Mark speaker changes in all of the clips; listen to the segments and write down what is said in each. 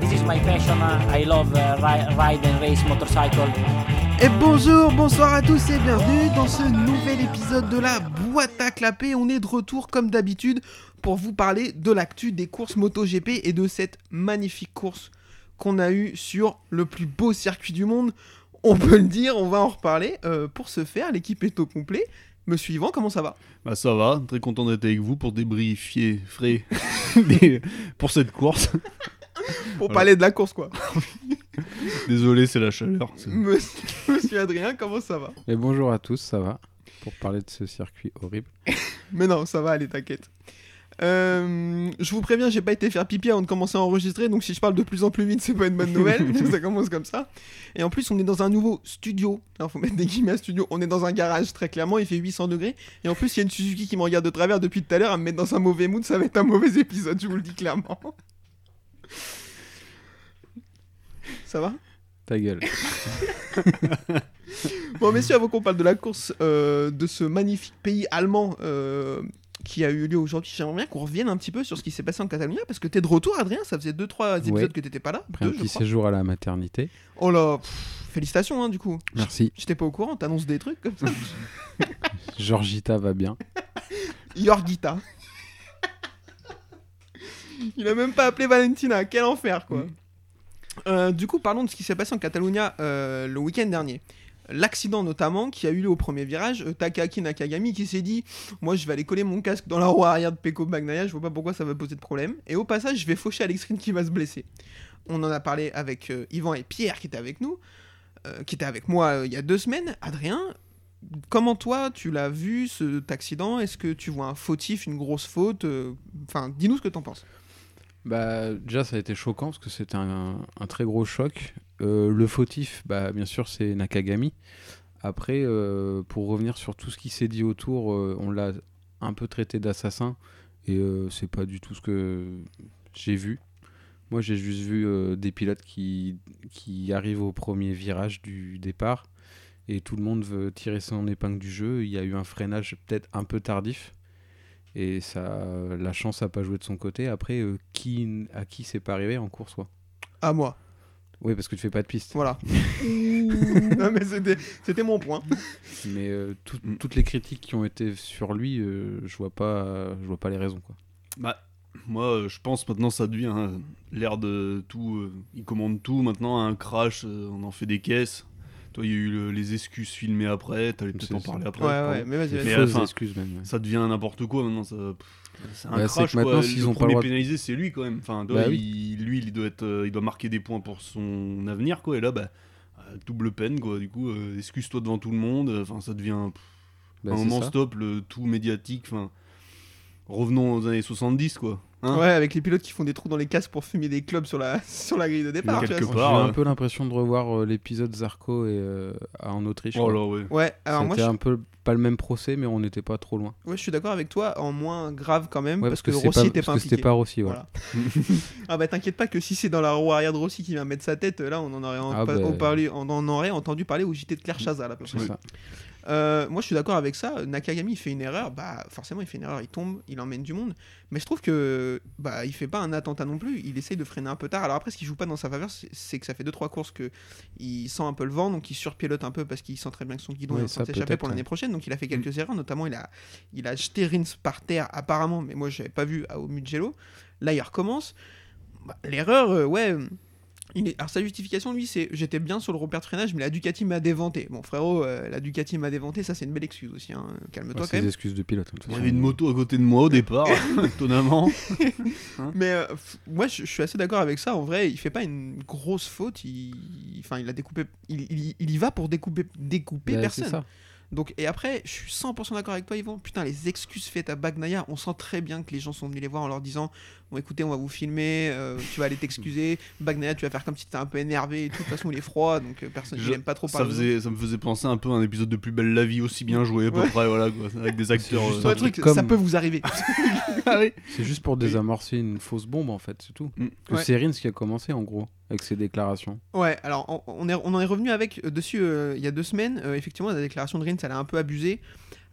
Speaker 1: uh, my passion. I love uh, ri- ride and race motorcycle.
Speaker 2: Et bonjour, bonsoir à tous et bienvenue dans ce nouvel épisode de la boîte à clapper. On est de retour comme d'habitude pour vous parler de l'actu des courses MotoGP et de cette magnifique course qu'on a eue sur le plus beau circuit du monde. On peut le dire, on va en reparler. Euh, pour ce faire, l'équipe est au complet. Monsieur Yvan, comment ça va
Speaker 3: Bah ça va, très content d'être avec vous pour débriefier frais des- pour cette course.
Speaker 2: Pour
Speaker 3: Voilà.
Speaker 2: parler de la course, quoi.
Speaker 3: Désolé, c'est la chaleur. c'est-
Speaker 2: Monsieur, Monsieur Adrien, comment ça va
Speaker 4: Et bonjour à tous, ça va Pour parler de ce circuit horrible.
Speaker 2: Mais non, ça va, allez, t'inquiète. Euh, je vous préviens, j'ai pas été faire pipi avant de commencer à enregistrer, donc si je parle de plus en plus vite, c'est pas une bonne nouvelle. parce que ça commence comme ça. Et en plus, on est dans un nouveau studio. Alors, faut mettre des guillemets à studio. On est dans un garage, très clairement. Il fait 800 degrés. Et en plus, il y a une Suzuki qui me regarde de travers depuis tout à l'heure à me mettre dans un mauvais mood. Ça va être un mauvais épisode, je vous le dis clairement. Ça va
Speaker 4: Ta gueule.
Speaker 2: Bon, messieurs, avant qu'on parle de la course euh, de ce magnifique pays allemand euh, qui a eu lieu aujourd'hui, j'aimerais bien qu'on revienne un petit peu sur ce qui s'est passé en Catalogne, parce que t'es de retour, Adrien. Ça faisait 2-3 épisodes
Speaker 4: Ouais.
Speaker 2: que t'étais pas là.
Speaker 4: Après un
Speaker 2: Deux, je
Speaker 4: petit
Speaker 2: crois.
Speaker 4: séjour à la maternité.
Speaker 2: Oh là, pff, félicitations, hein, du coup.
Speaker 4: Merci.
Speaker 2: J'étais pas au courant, t'annonces des trucs comme ça.
Speaker 4: Georgita va bien.
Speaker 2: Yorgita. Il a même pas appelé Valentina, quel enfer quoi. Euh, du coup, parlons de ce qui s'est passé en Catalogne euh, le week-end dernier. L'accident notamment qui a eu lieu au premier virage, euh, Takaki Nakagami qui s'est dit Moi je vais aller coller mon casque dans la roue arrière de Peko Bagnaia, je vois pas pourquoi ça va poser de problème. Et au passage, je vais faucher Alex Rins qui va se blesser. On en a parlé avec euh, Yvan et Pierre qui étaient avec nous, euh, qui étaient avec moi euh, il y a deux semaines. Adrien, Comment toi, tu l'as vu cet accident Est-ce que tu vois un fautif, une grosse faute Euh, Enfin, dis-nous ce que t'en penses.
Speaker 4: Bah, déjà, ça a été choquant parce que c'était un, un très gros choc. Euh, le fautif, bah, bien sûr, c'est Nakagami. Après, euh, pour revenir sur tout ce qui s'est dit autour, euh, on l'a un peu traité d'assassin et euh, c'est pas du tout ce que j'ai vu. Moi, j'ai juste vu euh, des pilotes qui, qui arrivent au premier virage du départ et tout le monde veut tirer son épingle du jeu. Il y a eu un freinage peut-être un peu tardif et ça la chance a pas joué de son côté après euh, qui à qui c'est pas arrivé en course quoi
Speaker 2: À moi,
Speaker 4: oui parce que tu fais pas de piste
Speaker 2: voilà. non mais c'était, c'était mon point.
Speaker 4: mais euh, tout-
Speaker 3: Mm.
Speaker 4: toutes les critiques qui ont été sur lui euh, je vois pas je vois pas les raisons quoi
Speaker 3: Bah moi euh, je pense maintenant ça devient hein, l'ère de tout, euh, ils commandent tout maintenant, un crash, euh, on en fait des caisses. Toi il y a eu le- les excuses filmées après, t'allais peut-être
Speaker 4: C'est-
Speaker 3: en parler
Speaker 4: c'est-
Speaker 3: après.
Speaker 2: Ouais, ouais,
Speaker 3: pardon.
Speaker 2: mais vas-y, vas-y.
Speaker 3: Mais,
Speaker 4: fausses
Speaker 3: enfin,
Speaker 4: excuses même ouais.
Speaker 3: Ça devient n'importe quoi maintenant, ça... pff, C'est un
Speaker 4: Bah, c'est que
Speaker 3: crash quoi.
Speaker 4: maintenant, s'ils
Speaker 3: le
Speaker 4: ont pas le
Speaker 3: premier
Speaker 4: droit de-
Speaker 3: pénalisé c'est lui quand même. Enfin, toi,
Speaker 4: Bah oui.
Speaker 3: il- lui il doit être, euh, il doit marquer des points pour son avenir quoi. Et là bah euh, double peine quoi. Du coup euh, excuse-toi devant tout le monde. Enfin ça devient
Speaker 4: Bah,
Speaker 3: un
Speaker 4: c'est
Speaker 3: moment
Speaker 4: ça.
Speaker 3: stop, le tout médiatique. Enfin, revenons aux années 70, quoi. Hein
Speaker 2: Ouais, avec les pilotes qui font des trous dans les casques pour fumer des clubs sur la, sur la grille de départ.
Speaker 3: Mais
Speaker 2: tu vois,
Speaker 3: quelque
Speaker 4: j'ai eu
Speaker 3: part,
Speaker 4: un
Speaker 3: euh.
Speaker 4: peu l'impression de revoir euh, l'épisode Zarco et euh, en Autriche
Speaker 3: Oh
Speaker 4: quoi.
Speaker 3: là, ouais.
Speaker 2: c'est- Ouais, alors moi
Speaker 4: c'était
Speaker 2: je,
Speaker 4: un peu pas le même procès mais on n'était pas trop loin
Speaker 2: ouais, je suis d'accord avec toi, en moins grave quand même,
Speaker 4: ouais
Speaker 2: Mm, parce, que,
Speaker 4: c'est
Speaker 2: Rossi
Speaker 4: pas-
Speaker 2: était pas
Speaker 4: parce que
Speaker 2: impliqué.
Speaker 4: c'était pas Rossi voilà.
Speaker 2: Voilà. ah bah t'inquiète pas que si c'est dans la roue arrière de Rossi qui va mettre sa tête, là on en aurait, en-
Speaker 4: Ah
Speaker 2: pas-
Speaker 4: bah.
Speaker 2: on parlait- on en aurait entendu parler au JT de Claire Chazal à peu près.
Speaker 4: c'est ça
Speaker 2: Euh, moi, je suis d'accord avec ça. Nakagami il fait une erreur, bah forcément il fait une erreur, il tombe, il emmène du monde. Mais je trouve que bah il fait pas un attentat non plus. Il essaye de freiner un peu tard. Alors après, ce qui joue pas dans sa faveur, c'est- c'est que ça fait deux trois courses que il sent un peu le vent, donc il surpilote un peu parce qu'il sent très bien que son guidon
Speaker 4: Ouais,
Speaker 2: est en train de
Speaker 4: ça,
Speaker 2: s'échapper
Speaker 4: peut-être,
Speaker 2: pour l'année
Speaker 4: ouais. Mm.
Speaker 2: prochaine. Donc il a fait quelques erreurs, notamment il a il a jeté Rins par terre apparemment, mais moi je l'avais pas vu à- au Mugello. Là, il recommence. Bah, L'erreur, euh, ouais. Il est... Alors sa justification, lui, c'est j'étais bien sur le repère de freinage, mais la Ducati m'a déventé. Bon, frérot, euh, la Ducati m'a déventé, ça c'est une belle excuse aussi. hein. Calme-toi
Speaker 4: Ouais,
Speaker 2: quand
Speaker 4: c'est
Speaker 2: même.
Speaker 4: des excuses de pilote hein, de toute
Speaker 3: Il y
Speaker 4: façon.
Speaker 3: avait une moto à côté de moi au départ, étonnamment.
Speaker 2: Mais euh, f- moi, je, je suis assez d'accord avec ça. En vrai, il fait pas une grosse faute. Il, enfin, il a découpé. Il, il- il y va pour découper, découper
Speaker 4: Bah, c'est
Speaker 2: personne.
Speaker 4: ça.
Speaker 2: Donc, et après, je suis 100% d'accord avec toi, Yvan. Putain, les excuses faites à Bagnaia, on sent très bien que les gens sont venus les voir en leur disant Bon, écoutez, on va vous filmer, euh, tu vas aller t'excuser. Bagnaia, tu vas faire comme si t'étais un peu énervé et tout. De toute façon, il est froid, donc euh, personne
Speaker 3: Je-
Speaker 2: n'aime pas trop
Speaker 3: ça,
Speaker 2: parler. aux autres.
Speaker 3: faisait, ça me faisait penser un peu à un épisode de Plus Belle la Vie, aussi bien joué à peu
Speaker 2: Ouais.
Speaker 3: près, voilà, quoi, avec des acteurs.
Speaker 4: C'est juste
Speaker 2: Sur
Speaker 3: euh,
Speaker 2: le truc,
Speaker 4: Comme-
Speaker 2: ça peut vous arriver.
Speaker 3: Ah oui.
Speaker 4: C'est juste pour désamorcer une fausse bombe en fait, c'est tout.
Speaker 3: Mm.
Speaker 4: Que
Speaker 2: Ouais.
Speaker 4: c'est Rins qui a commencé en gros avec ses déclarations.
Speaker 2: Ouais, alors on, on est, on en est revenu avec euh, dessus euh, il y a deux semaines. Euh, effectivement, la déclaration de Rins, elle a un peu abusé.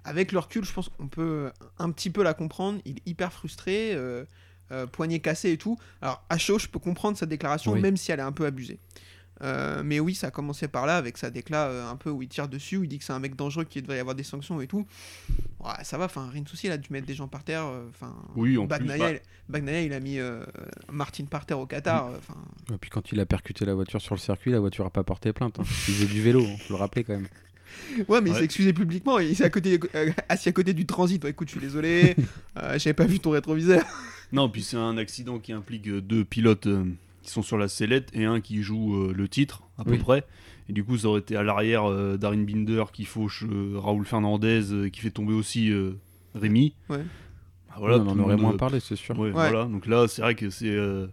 Speaker 2: Avec le recul, je pense qu'on peut euh, un petit peu la comprendre. Il est hyper frustré. euh, euh, poignet cassé et tout. Alors, à chaud, je peux comprendre sa déclaration,
Speaker 4: Oui.
Speaker 2: même si elle est un peu abusée. Euh, mais oui, ça a commencé par là, avec sa décla euh, un peu où il tire dessus, où il dit que c'est un mec dangereux, qu'il devrait y avoir des sanctions et tout. Ouais, ça va, enfin, rien de souci, il a dû mettre des gens par terre. euh, Enfin,
Speaker 3: Oui, en plus.
Speaker 2: Bagnaia,
Speaker 3: bah,
Speaker 2: il- Bagnaia, il a mis euh, Martin par terre au Qatar. euh, Enfin,
Speaker 4: Et puis quand il a percuté la voiture sur le circuit, la voiture a pas porté plainte. hein. Il faisait du vélo, on peut le rappeler quand même.
Speaker 2: Ouais, mais il
Speaker 3: Ouais.
Speaker 2: s'est excusé publiquement. Il s'est à côté, euh, assis à côté du transit. Ouais, écoute, je suis désolé. euh, J'avais pas vu ton rétroviseur.
Speaker 3: Non, puis c'est un accident qui implique euh, deux pilotes euh, qui sont sur la sellette et un qui joue euh, le titre, à peu
Speaker 4: Oui.
Speaker 3: près. Et du coup, ça aurait été à l'arrière euh, Darin Binder qui fauche euh, Raoul Fernandez, euh, qui fait tomber aussi euh, Rémi.
Speaker 2: Ouais.
Speaker 3: Ah, voilà,
Speaker 4: on
Speaker 3: tout
Speaker 4: en
Speaker 3: le
Speaker 4: aurait
Speaker 3: monde,
Speaker 4: moins
Speaker 3: euh,
Speaker 4: parlé, c'est sûr.
Speaker 3: Ouais, voilà. Donc là, c'est vrai que c'est. euh,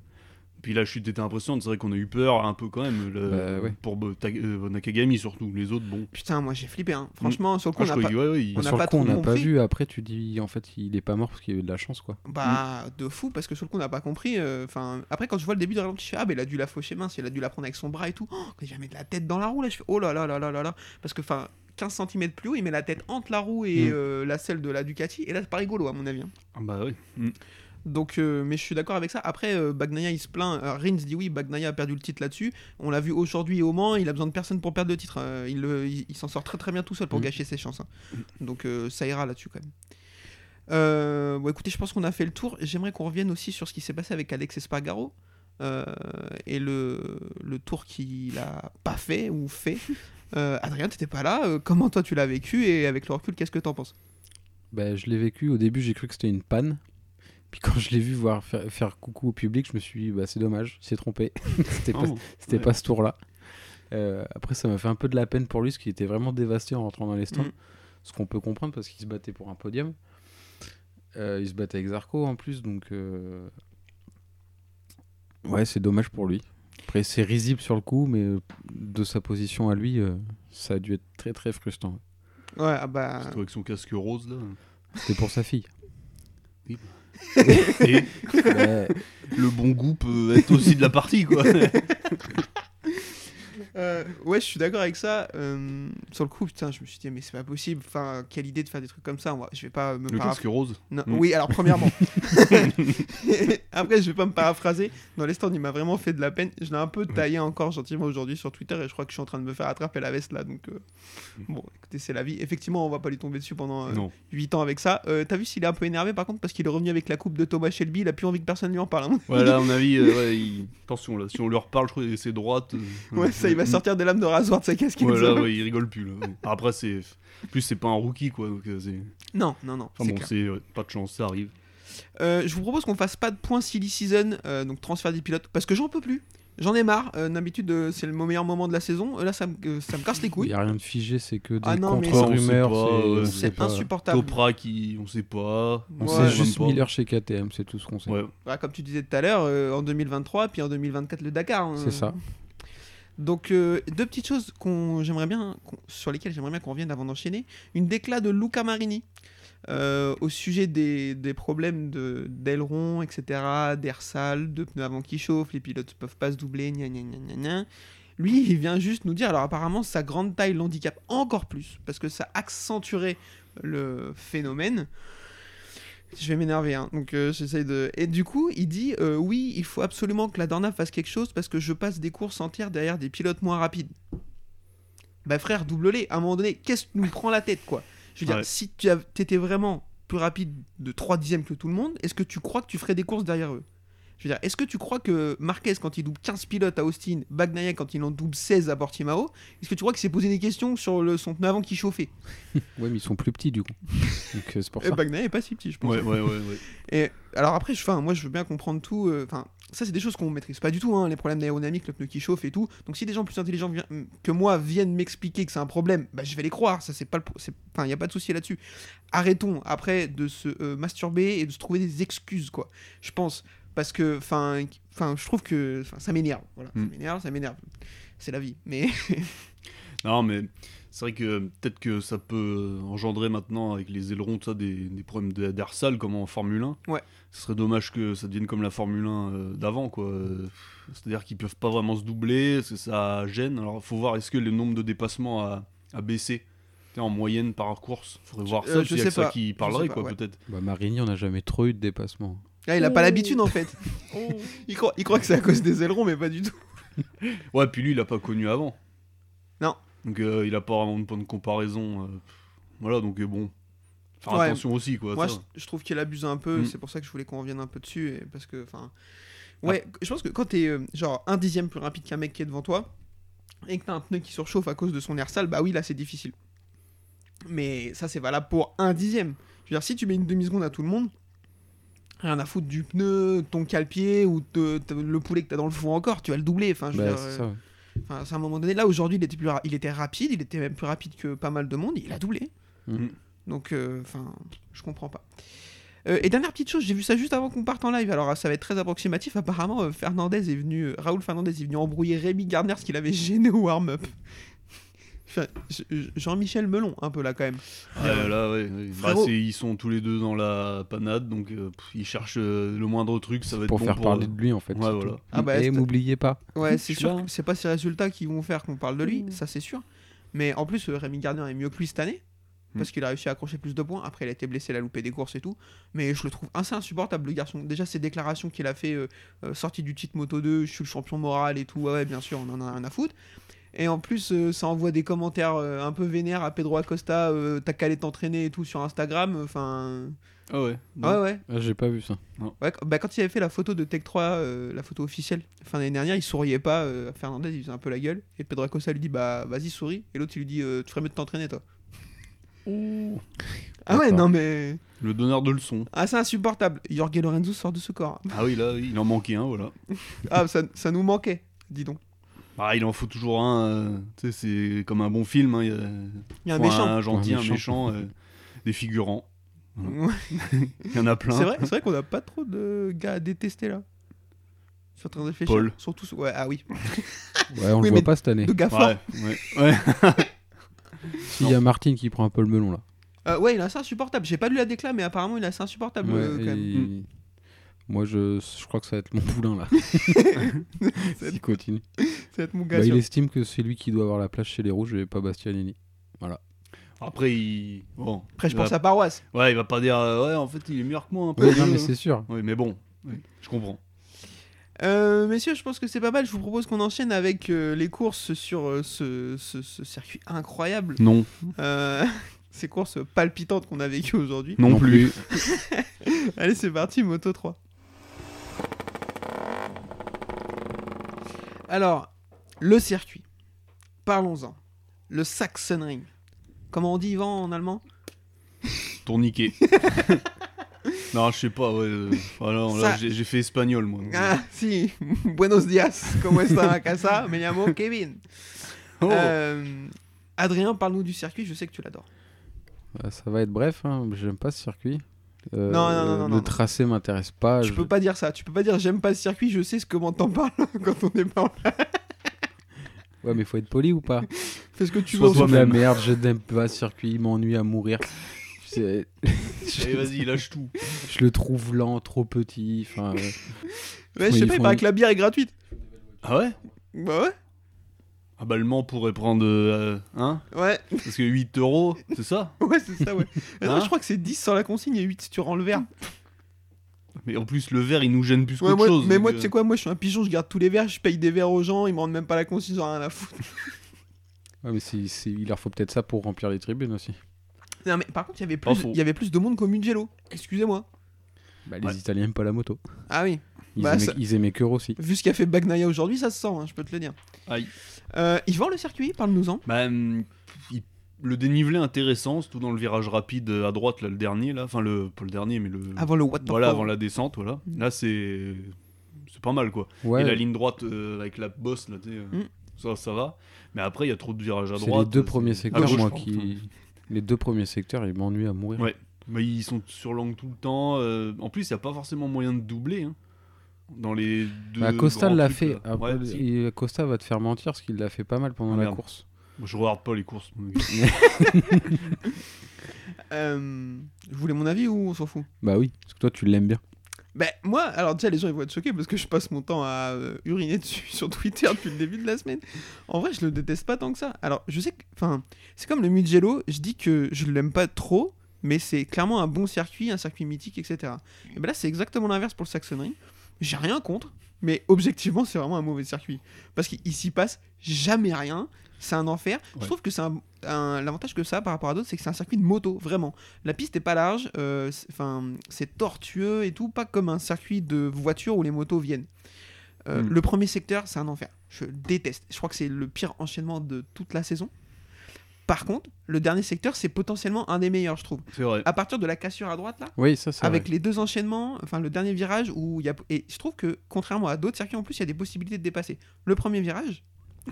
Speaker 3: Puis la chute était impressionnante. C'est vrai qu'on a eu peur un peu quand même. le-
Speaker 4: Bah, ouais.
Speaker 3: Pour euh, Ta- euh, Nakagami surtout. Les autres, bon.
Speaker 2: Putain, moi j'ai flippé. Hein. Franchement, sur le coup,
Speaker 3: Ah,
Speaker 2: on
Speaker 3: je
Speaker 2: a
Speaker 3: croyais
Speaker 2: pas...
Speaker 3: que- ouais, ouais, il-
Speaker 2: On a
Speaker 4: sur
Speaker 2: pas
Speaker 4: le coup, on
Speaker 2: trop
Speaker 4: n'a pas
Speaker 2: compris.
Speaker 4: vu. Après, tu dis en fait, il est pas mort parce qu'il y avait de la chance, quoi.
Speaker 2: Bah,
Speaker 3: Hmm.
Speaker 2: de fou, parce que sur le coup, on n'a pas compris. euh, Enfin, après, quand je vois le début de ralenti, je fais Ah, mais il a dû la faucher mince. Il a dû la prendre avec son bras et tout. Oh, quand il la met de la tête dans la roue, là, je fais Oh là là là là là là. Parce que, enfin. 15 cm plus haut, il met la tête entre la roue et
Speaker 3: Hmm.
Speaker 4: Mm.
Speaker 2: euh, la selle de la Ducati, et là c'est pas rigolo à mon avis. hein.
Speaker 3: Ah, bah oui.
Speaker 2: Donc, euh, mais je suis d'accord avec ça. Après, euh, Bagnaia il se plaint. Euh, Rins dit oui, Bagnaia a perdu le titre là-dessus. On l'a vu aujourd'hui au Mans. Il a besoin de personne pour perdre le titre. Euh, il le- il il s'en sort très très bien tout seul pour
Speaker 4: Mm.
Speaker 2: gâcher ses chances. hein. Donc euh, ça ira là-dessus quand même. Euh, bon, écoutez, je pense qu'on a fait le tour. J'aimerais qu'on revienne aussi sur ce qui s'est passé avec Alex Espargaro euh, et le, le tour qu'il a pas fait ou fait. Euh, Adrien, t'étais pas là. Euh, comment toi tu l'as vécu et avec le recul, qu'est-ce que t'en penses
Speaker 4: Bah, je l'ai vécu. Au début, j'ai cru que c'était une panne. Puis quand je l'ai vu voir faire, faire coucou au public, je me suis dit, bah, c'est dommage, il s'est trompé. c'était pas, c'était
Speaker 3: ouais.
Speaker 4: pas ce tour-là. Euh, après, ça m'a fait un peu de la peine pour lui, parce qu'il était vraiment dévasté en rentrant dans les stands.
Speaker 2: Mhm.
Speaker 4: Ce qu'on peut comprendre, parce qu'il se battait pour un podium. Euh, il se battait avec Zarco en plus, donc. euh, Ouais, c'est dommage pour lui. Après, c'est risible sur le coup, mais euh, de sa position à lui, euh, ça a dû être très très frustrant.
Speaker 2: Ouais, ah bah.
Speaker 3: Surtout avec son casque rose là.
Speaker 4: C'était pour sa fille.
Speaker 3: Et
Speaker 4: Ouais.
Speaker 3: le bon goût peut être aussi de la partie quoi.
Speaker 2: Euh, ouais, je suis d'accord avec ça. Euh, sur le coup, putain, je me suis dit, mais c'est pas possible. Enfin, quelle idée de faire des trucs comme ça. Moi, je vais pas me
Speaker 3: Le
Speaker 2: paraph-
Speaker 3: casque rose.
Speaker 2: Non,
Speaker 3: Mm.
Speaker 2: Oui, alors premièrement. Après, je vais pas me paraphraser. Dans les stands, il m'a vraiment fait de la peine. Je l'ai un peu taillé encore gentiment aujourd'hui sur Twitter et je crois que je suis en train de me faire attraper la veste là. Donc, euh, bon, écoutez, c'est la vie. Effectivement, on va pas lui tomber dessus pendant euh,
Speaker 3: Mm. Non.
Speaker 2: 8 ans avec ça. Euh, T'as vu s'il est un peu énervé par contre parce qu'il est revenu avec la coupe de Thomas Shelby. Il a plus envie que personne lui en parle. hein.
Speaker 3: Voilà, à mon avis, euh, ouais, il- attention là, si on leur parle, je crois que c'est droite. euh,
Speaker 2: Ouais, ça, il va sortir des lames de rasoir de sa casquette.
Speaker 3: Voilà, ouais, il rigole plus là. ouais. Après, c'est. en Plus, c'est pas un rookie quoi. Donc, euh, c'est...
Speaker 2: Non, non, non.
Speaker 3: Enfin
Speaker 2: c'est
Speaker 3: bon,
Speaker 2: clair.
Speaker 3: c'est ouais, pas de chance, ça arrive.
Speaker 2: Euh, je vous propose qu'on fasse pas de point silly season, euh, donc transfert des pilotes, parce que j'en peux plus. J'en ai marre. Euh, D'habitude, euh, c'est le meilleur moment de la saison. Euh, là, ça me, euh, ça me casse les
Speaker 4: Il
Speaker 2: couilles.
Speaker 4: n'y a rien de figé, c'est que des
Speaker 2: Ah non, mais-
Speaker 4: contre-rumeurs.
Speaker 3: On sait pas,
Speaker 4: c'est-
Speaker 3: euh,
Speaker 4: on
Speaker 3: c'est
Speaker 4: sait pas.
Speaker 2: Insupportable.
Speaker 3: Topra qui. On sait pas.
Speaker 4: On
Speaker 2: Ouais.
Speaker 4: sait
Speaker 2: Même
Speaker 4: juste
Speaker 3: pas.
Speaker 4: Miller chez KTM, c'est tout ce qu'on sait.
Speaker 3: Ouais.
Speaker 2: Bah, comme tu disais tout à l'heure, euh, en 2023, puis en 2024, le Dakar. hein.
Speaker 4: C'est ça.
Speaker 2: Donc, euh, deux petites choses qu'on j'aimerais bien, qu'on- sur lesquelles j'aimerais bien qu'on revienne avant d'enchaîner. Une déclat de Luca Marini euh, au sujet des, des problèmes de- d'aileron, etc., d'air sale, de pneus avant qui chauffent, les pilotes peuvent pas se doubler, gna gna gna gna gna. Lui, il vient juste nous dire, alors apparemment, sa grande taille l'handicape encore plus, parce que ça accentuerait le phénomène. Je vais m'énerver, hein. donc euh, j'essaye de. Et du coup, il dit euh, oui, il faut absolument que la Dorna fasse quelque chose parce que je passe des courses entières derrière des pilotes moins rapides. Bah frère, double-les. À un moment donné, qu'est-ce qui nous prend la tête, quoi Je veux dire,
Speaker 3: Ouais.
Speaker 2: si tu av- t'étais vraiment plus rapide de 3 dixièmes que tout le monde, est-ce que tu crois que tu ferais des courses derrière eux Je veux dire, est-ce que tu crois que Marquez, quand il double 15 pilotes à Austin, Bagnaia, quand il en double 16 à Portimao, est-ce que tu crois qu'il s'est posé des questions sur le, son pneu avant qui chauffait
Speaker 4: Ouais, mais ils sont plus petits du coup. Donc euh, c'est pour
Speaker 2: Et
Speaker 4: ça.
Speaker 2: Bagnaia est pas si petit, je pense.
Speaker 3: Ouais, ouais, ouais, ouais.
Speaker 2: Et alors après, je, enfin, moi je veux bien comprendre tout. euh, Enfin, ça c'est des choses qu'on maîtrise pas du tout, hein, les problèmes d'aérodynamique, le pneu qui chauffe et tout. Donc si des gens plus intelligents vi- que moi viennent m'expliquer que c'est un problème, bah je vais les croire. Ça c'est pas le, pro- c'est- enfin, y a pas de souci là-dessus. Arrêtons après de se euh, masturber et de se trouver des excuses, quoi. Je pense parce que, enfin, qu- enfin, je trouve que, enfin, ça m'énerve. Voilà, ça
Speaker 3: Mm.
Speaker 2: m'énerve, ça m'énerve. C'est la vie. Mais
Speaker 3: Non, mais c'est vrai que euh, peut-être que ça peut euh, engendrer maintenant avec les ailerons, tout ça, des, des problèmes de- d'air sale comme en Formule 1.
Speaker 2: Ouais.
Speaker 3: Ce serait dommage que ça devienne comme la Formule 1 euh, d'avant, quoi. Euh, C'est-à-dire qu'ils peuvent pas vraiment se doubler, parce que ça gêne. Alors, faut voir, est-ce que le nombre de dépassements a, a baissé Tu sais, en moyenne par course, faudrait voir
Speaker 2: Euh,
Speaker 3: ça.
Speaker 2: je
Speaker 3: Je sais
Speaker 2: sais
Speaker 3: ça
Speaker 2: pas.
Speaker 3: qui
Speaker 2: Je
Speaker 3: parlerait,
Speaker 2: sais pas,
Speaker 3: quoi,
Speaker 2: ouais.
Speaker 3: peut-être.
Speaker 4: Bah, Marini, on n'a jamais trop eu de dépassement.
Speaker 2: Là, il a pas l'habitude en fait. Il croit, il croit que c'est à cause des ailerons, mais pas du tout.
Speaker 3: Ouais, puis lui, il a pas connu avant.
Speaker 2: Non.
Speaker 3: Donc euh, il a pas vraiment de point de comparaison. euh, voilà, donc euh, bon. Faire
Speaker 2: Ouais.
Speaker 3: attention aussi, quoi.
Speaker 2: Moi,
Speaker 3: ça.
Speaker 2: je, je trouve qu'il abuse un peu.
Speaker 3: Mm. Ah.
Speaker 2: C'est pour ça que je voulais qu'on revienne un peu dessus. et parce que, enfin. Ouais, je pense que quand t'es euh, genre un dixième plus rapide qu'un mec qui est devant toi et que t'as un pneu qui surchauffe à cause de son air sale, bah oui, là c'est difficile. Mais ça, c'est valable pour un dixième. Je veux dire, si tu mets une demi-seconde à tout le monde, rien à foutre du pneu, ton calpier ou te- te- le poulet que t'as dans le four encore, tu vas le doubler. Enfin, je veux
Speaker 4: Bah,
Speaker 2: dire,
Speaker 4: c'est
Speaker 2: euh,
Speaker 4: ça. ouais.
Speaker 2: Enfin, c'est à un moment donné, là aujourd'hui, il était plus, ra- il était rapide, il était même plus rapide que pas mal de monde. Il a doublé.
Speaker 4: Mhm.
Speaker 2: Donc, euh, enfin, je comprends pas. Euh, et dernière petite chose, j'ai vu ça juste avant qu'on parte en live. Alors, ça va être très approximatif. Apparemment, euh, Fernandez est venu, euh, Raoul Fernandez est venu embrouiller Rémi Gardner, ce qu'il avait gêné au warm-up. Enfin, je- je- Jean-Michel Melon, un peu là quand même.
Speaker 3: Ouais, là, ouais, ouais. Bah,
Speaker 2: Frérot.
Speaker 3: c'est- ils sont tous les deux dans la panade, donc euh, pff, ils cherchent euh, le moindre truc, ça va être
Speaker 4: Pour
Speaker 3: bon
Speaker 4: faire
Speaker 3: pour
Speaker 4: parler
Speaker 3: eux.
Speaker 4: de lui en fait.
Speaker 3: Ouais,
Speaker 4: c'est
Speaker 3: voilà.
Speaker 4: tout.
Speaker 2: Ah bah,
Speaker 4: Et
Speaker 2: c'est-
Speaker 4: m'oubliez pas.
Speaker 2: Ouais, c'est
Speaker 1: Je
Speaker 2: sûr.
Speaker 1: vois.
Speaker 2: que C'est pas ces résultats qui vont faire qu'on parle de lui, ça c'est sûr. Mais en plus, euh, Rémi Gardner est mieux que lui cette année. Parce qu'il a réussi à accrocher plus de points. Après, il a été blessé, il a loupé des courses et tout. Mais je le trouve assez insupportable, le garçon. Déjà, ces déclarations qu'il a fait, euh, euh, sortie du titre Moto 2, je suis le champion moral et tout. Ouais, ouais, bien sûr, on en a rien à foutre. Et en plus, euh, ça envoie des commentaires euh, un peu vénères à Pedro Acosta. euh, T'as qu'à aller t'entraîner et tout sur Instagram. Enfin.
Speaker 3: Ah ouais.
Speaker 2: Ouais, ouais.
Speaker 4: Ah, J'ai pas vu ça.
Speaker 2: Ouais, qu- bah, quand il avait fait la photo de Tech 3, euh, la photo officielle, fin d'année dernière, il souriait pas. euh, Fernandez, il faisait un peu la gueule. Et Pedro Acosta lui dit Bah, vas-y, souris. Et l'autre, il lui dit euh, Tu ferais mieux de t'entraîner, toi. Ah ouais,
Speaker 4: D'accord.
Speaker 2: non, mais.
Speaker 3: Le donneur de leçons.
Speaker 2: Ah, c'est insupportable. Jorge Lorenzo sort de ce corps. hein.
Speaker 3: Ah oui, là, il en manquait un, voilà.
Speaker 2: Ah, ça, ça nous manquait, dis donc.
Speaker 3: Bah, il en faut toujours un. euh, tu sais, c'est comme un bon film. hein, il y a-
Speaker 2: Il y a un
Speaker 3: faut
Speaker 2: méchant.
Speaker 3: Un gentil,
Speaker 4: Un
Speaker 3: un méchant,
Speaker 4: méchant.
Speaker 3: euh, des figurants.
Speaker 2: Ouais.
Speaker 3: Il y en a plein.
Speaker 2: c'est vrai, c'est vrai qu'on a pas trop de gars à détester là. Je suis en train de réfléchir.
Speaker 3: Paul.
Speaker 2: Surtout, ouais, ah oui.
Speaker 4: Ouais, on
Speaker 2: Oui,
Speaker 4: le
Speaker 2: mais-
Speaker 4: voit pas cette année.
Speaker 2: De gars forts.
Speaker 3: Ouais, ouais, ouais.
Speaker 4: S'il y a Martine qui prend un peu le melon là.
Speaker 2: Euh, ouais, il est assez insupportable. J'ai pas lu la décla, mais apparemment, il est assez insupportable
Speaker 4: Ouais,
Speaker 2: euh, quand même.
Speaker 4: et- Moi je, je crois que ça va être mon poulain là. S'il continue.
Speaker 2: Ça va être mon gars.
Speaker 4: Bah, il
Speaker 2: sûr.
Speaker 4: estime que c'est lui qui doit avoir la place chez les rouges et pas Bastianini.
Speaker 3: Après, il. Bon.
Speaker 2: Après, je
Speaker 3: il va-
Speaker 2: pense à paroisse.
Speaker 3: Ouais, il va pas dire. euh, ouais, en fait, il est meilleur que moi un peu.
Speaker 4: Ouais, non, mais c'est sûr.
Speaker 3: Ouais, mais bon. ouais, je comprends.
Speaker 2: Euh, messieurs, je pense que c'est pas mal. Je vous propose qu'on enchaîne avec euh, les courses sur euh, ce, ce- ce circuit incroyable.
Speaker 3: Non.
Speaker 2: Euh, ces courses palpitantes qu'on a vécues aujourd'hui.
Speaker 3: Non,
Speaker 4: Non
Speaker 3: plus.
Speaker 2: Allez, c'est parti, Moto 3. Alors, le circuit. Parlons-en. Le Sachsenring. Comment on dit, Yvan, en allemand
Speaker 3: Tourniquet. non, je sais pas. Ouais, euh, voilà, là,
Speaker 2: Ça-
Speaker 3: j'ai j'ai fait espagnol, moi. donc,
Speaker 2: Ah, si. Buenos dias. Como está la casa? Me llamo Kevin.
Speaker 3: Oh.
Speaker 2: Euh, Adrien, parle-nous du circuit. Je sais que tu l'adores.
Speaker 4: Bah, ça va être bref, hein. j'aime pas ce circuit. Euh,
Speaker 2: Non, non, non, non,
Speaker 4: le
Speaker 2: non.
Speaker 4: tracé m'intéresse
Speaker 3: Ah,
Speaker 4: pas.
Speaker 2: Tu
Speaker 4: je-
Speaker 2: peux pas dire ça. Tu peux pas dire j'aime pas le circuit, je sais ce que t'en parles quand on est pas en
Speaker 4: Ouais, mais faut être poli ou pas
Speaker 2: Fais ce que tu veux.
Speaker 4: Sois
Speaker 3: Sois
Speaker 4: de la
Speaker 3: toi-même.
Speaker 4: merde, je n'aime pas ce circuit, il m'ennuie à mourir. C'est-
Speaker 3: Allez, vas-y, lâche tout.
Speaker 4: Je le trouve lent, trop petit. Enfin, euh,
Speaker 2: Ouais, je sais
Speaker 4: ils
Speaker 2: pas, il
Speaker 4: font-
Speaker 2: paraît que la bière est gratuite.
Speaker 3: Ah ouais
Speaker 2: Bah ouais.
Speaker 3: Ah bah, le Mans pourrait prendre. euh, hein
Speaker 2: Ouais,
Speaker 3: Parce que 8 euros, c'est ça
Speaker 2: ouais, c'est ça, ouais. Attends,
Speaker 3: Hein
Speaker 2: je crois que c'est 10 sans la consigne et 8 si tu rends le verre.
Speaker 3: Mais en plus, le verre, il nous gêne plus
Speaker 2: Ouais,
Speaker 3: qu'autre
Speaker 2: moi-
Speaker 3: chose.
Speaker 2: mais
Speaker 3: donc,
Speaker 2: moi,
Speaker 3: euh,
Speaker 2: tu sais quoi, moi je suis un pigeon, je garde tous les verres, je paye des verres aux gens, ils me rendent même pas la consigne, j'en ai rien à foutre.
Speaker 4: ouais, mais c'est- c'est- il leur faut peut-être ça pour remplir les tribunes aussi.
Speaker 2: Non, mais par contre, il y avait
Speaker 3: Pas
Speaker 2: plus-
Speaker 3: faux.
Speaker 2: il y avait plus de monde qu'au Mugello. Excusez-moi.
Speaker 4: Bah, les
Speaker 3: Ouais.
Speaker 4: Italiens aiment pas la moto.
Speaker 2: Ah oui.
Speaker 4: Ils,
Speaker 2: Bah,
Speaker 4: aimaient,
Speaker 2: ça-
Speaker 4: ils aimaient que Rossi.
Speaker 2: Vu ce qu'a fait Bagnaia aujourd'hui, ça se sent, hein, je peux te le dire.
Speaker 3: Aïe.
Speaker 2: Euh, Yvan, le circuit, parle-nous-en.
Speaker 3: Bah, hum, il- le dénivelé intéressant, surtout dans le virage rapide euh, à droite, là, le dernier, là. Enfin, le, pas le dernier, mais le.
Speaker 2: Avant le Waterfall.
Speaker 3: voilà, avant la descente, voilà. Là, c'est. C'est pas mal, quoi.
Speaker 4: Ouais,
Speaker 3: Et la ligne droite euh, avec la bosse, là, tu sais, euh,
Speaker 2: Mm.
Speaker 3: ça, ça va. Mais après, il y a trop de virages à
Speaker 4: c'est
Speaker 3: droite.
Speaker 4: les deux
Speaker 3: euh,
Speaker 4: premiers
Speaker 3: c'est-
Speaker 4: secteurs,
Speaker 3: Ah, gauche,
Speaker 4: moi,
Speaker 3: pardon.
Speaker 4: qui. Les deux premiers secteurs, ils m'ennuient à mourir.
Speaker 3: Ouais. Mais ils sont sur l'angle tout le temps. euh, en plus, il n'y a pas forcément moyen de doubler. hein, Dans les deux.
Speaker 4: Bah, Costa
Speaker 3: grands
Speaker 4: l'a
Speaker 3: trucs,
Speaker 4: fait.
Speaker 3: là.
Speaker 4: Après,
Speaker 3: Ouais, si.
Speaker 4: il- Costa va te faire mentir parce qu'il l'a fait pas mal pendant
Speaker 3: Ah,
Speaker 4: la
Speaker 3: merde.
Speaker 4: course.
Speaker 3: Je regarde pas les courses. donc.
Speaker 2: Euh, je voulais mon avis ou on s'en fout
Speaker 4: Bah oui, parce que toi tu l'aimes bien.
Speaker 2: Ben, moi, alors déjà, les gens ils vont être choqués parce que je passe mon temps à euh, uriner dessus sur Twitter depuis le début de la semaine. En vrai, je le déteste pas tant que ça. Alors, je sais que. Enfin, c'est comme le Mugello, je dis que je l'aime pas trop, mais c'est clairement un bon circuit, un circuit mythique, etc. Et ben là, c'est exactement l'inverse pour le Saxon Ring. J'ai rien contre, mais objectivement, c'est vraiment un mauvais circuit. Parce qu'il s'y passe jamais rien. C'est un enfer. Je
Speaker 3: Ouais.
Speaker 2: trouve que c'est un, un- l'avantage que ça a par rapport à d'autres, c'est que c'est un circuit de moto, vraiment. La piste est pas large, euh, c'est- enfin c'est tortueux et tout, pas comme un circuit de voiture où les motos viennent. Euh,
Speaker 3: Mm.
Speaker 2: Le premier secteur, c'est un enfer. Je déteste. Je crois que c'est le pire enchaînement de toute la saison. Par contre, le dernier secteur, c'est potentiellement un des meilleurs, je trouve.
Speaker 3: C'est vrai.
Speaker 2: À partir de la cassure à droite, là,
Speaker 4: Oui, ça, c'est
Speaker 2: avec
Speaker 4: vrai.
Speaker 2: les deux enchaînements, enfin le dernier virage où il y a et je trouve que contrairement à d'autres circuits en plus, il y a des possibilités de dépasser. Le premier virage,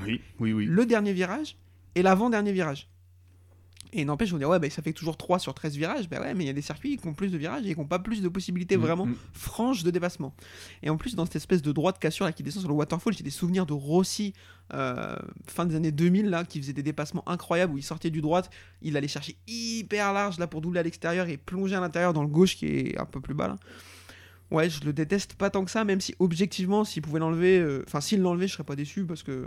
Speaker 3: Oui, oui, oui.
Speaker 2: le dernier virage et l'avant-dernier virage. Et n'empêche, on dit ouais, bah, ça fait toujours 3 sur 13 virages. Bah ouais, mais il y a des circuits qui ont plus de virages et qui n'ont pas plus de possibilités
Speaker 3: Mm,
Speaker 2: vraiment
Speaker 3: mm.
Speaker 2: franches de dépassement. Et en plus, dans cette espèce de droite cassure là, qui descend sur le waterfall, j'ai des souvenirs de Rossi, euh, fin des années 2000, là, qui faisait des dépassements incroyables où il sortait du droite, il allait chercher hyper large là pour doubler à l'extérieur et plonger à l'intérieur dans le gauche qui est un peu plus bas là. Ouais, je le déteste pas tant que ça, même si objectivement, s'il pouvait l'enlever, euh, enfin s'il l'enlevait, je serais pas déçu parce que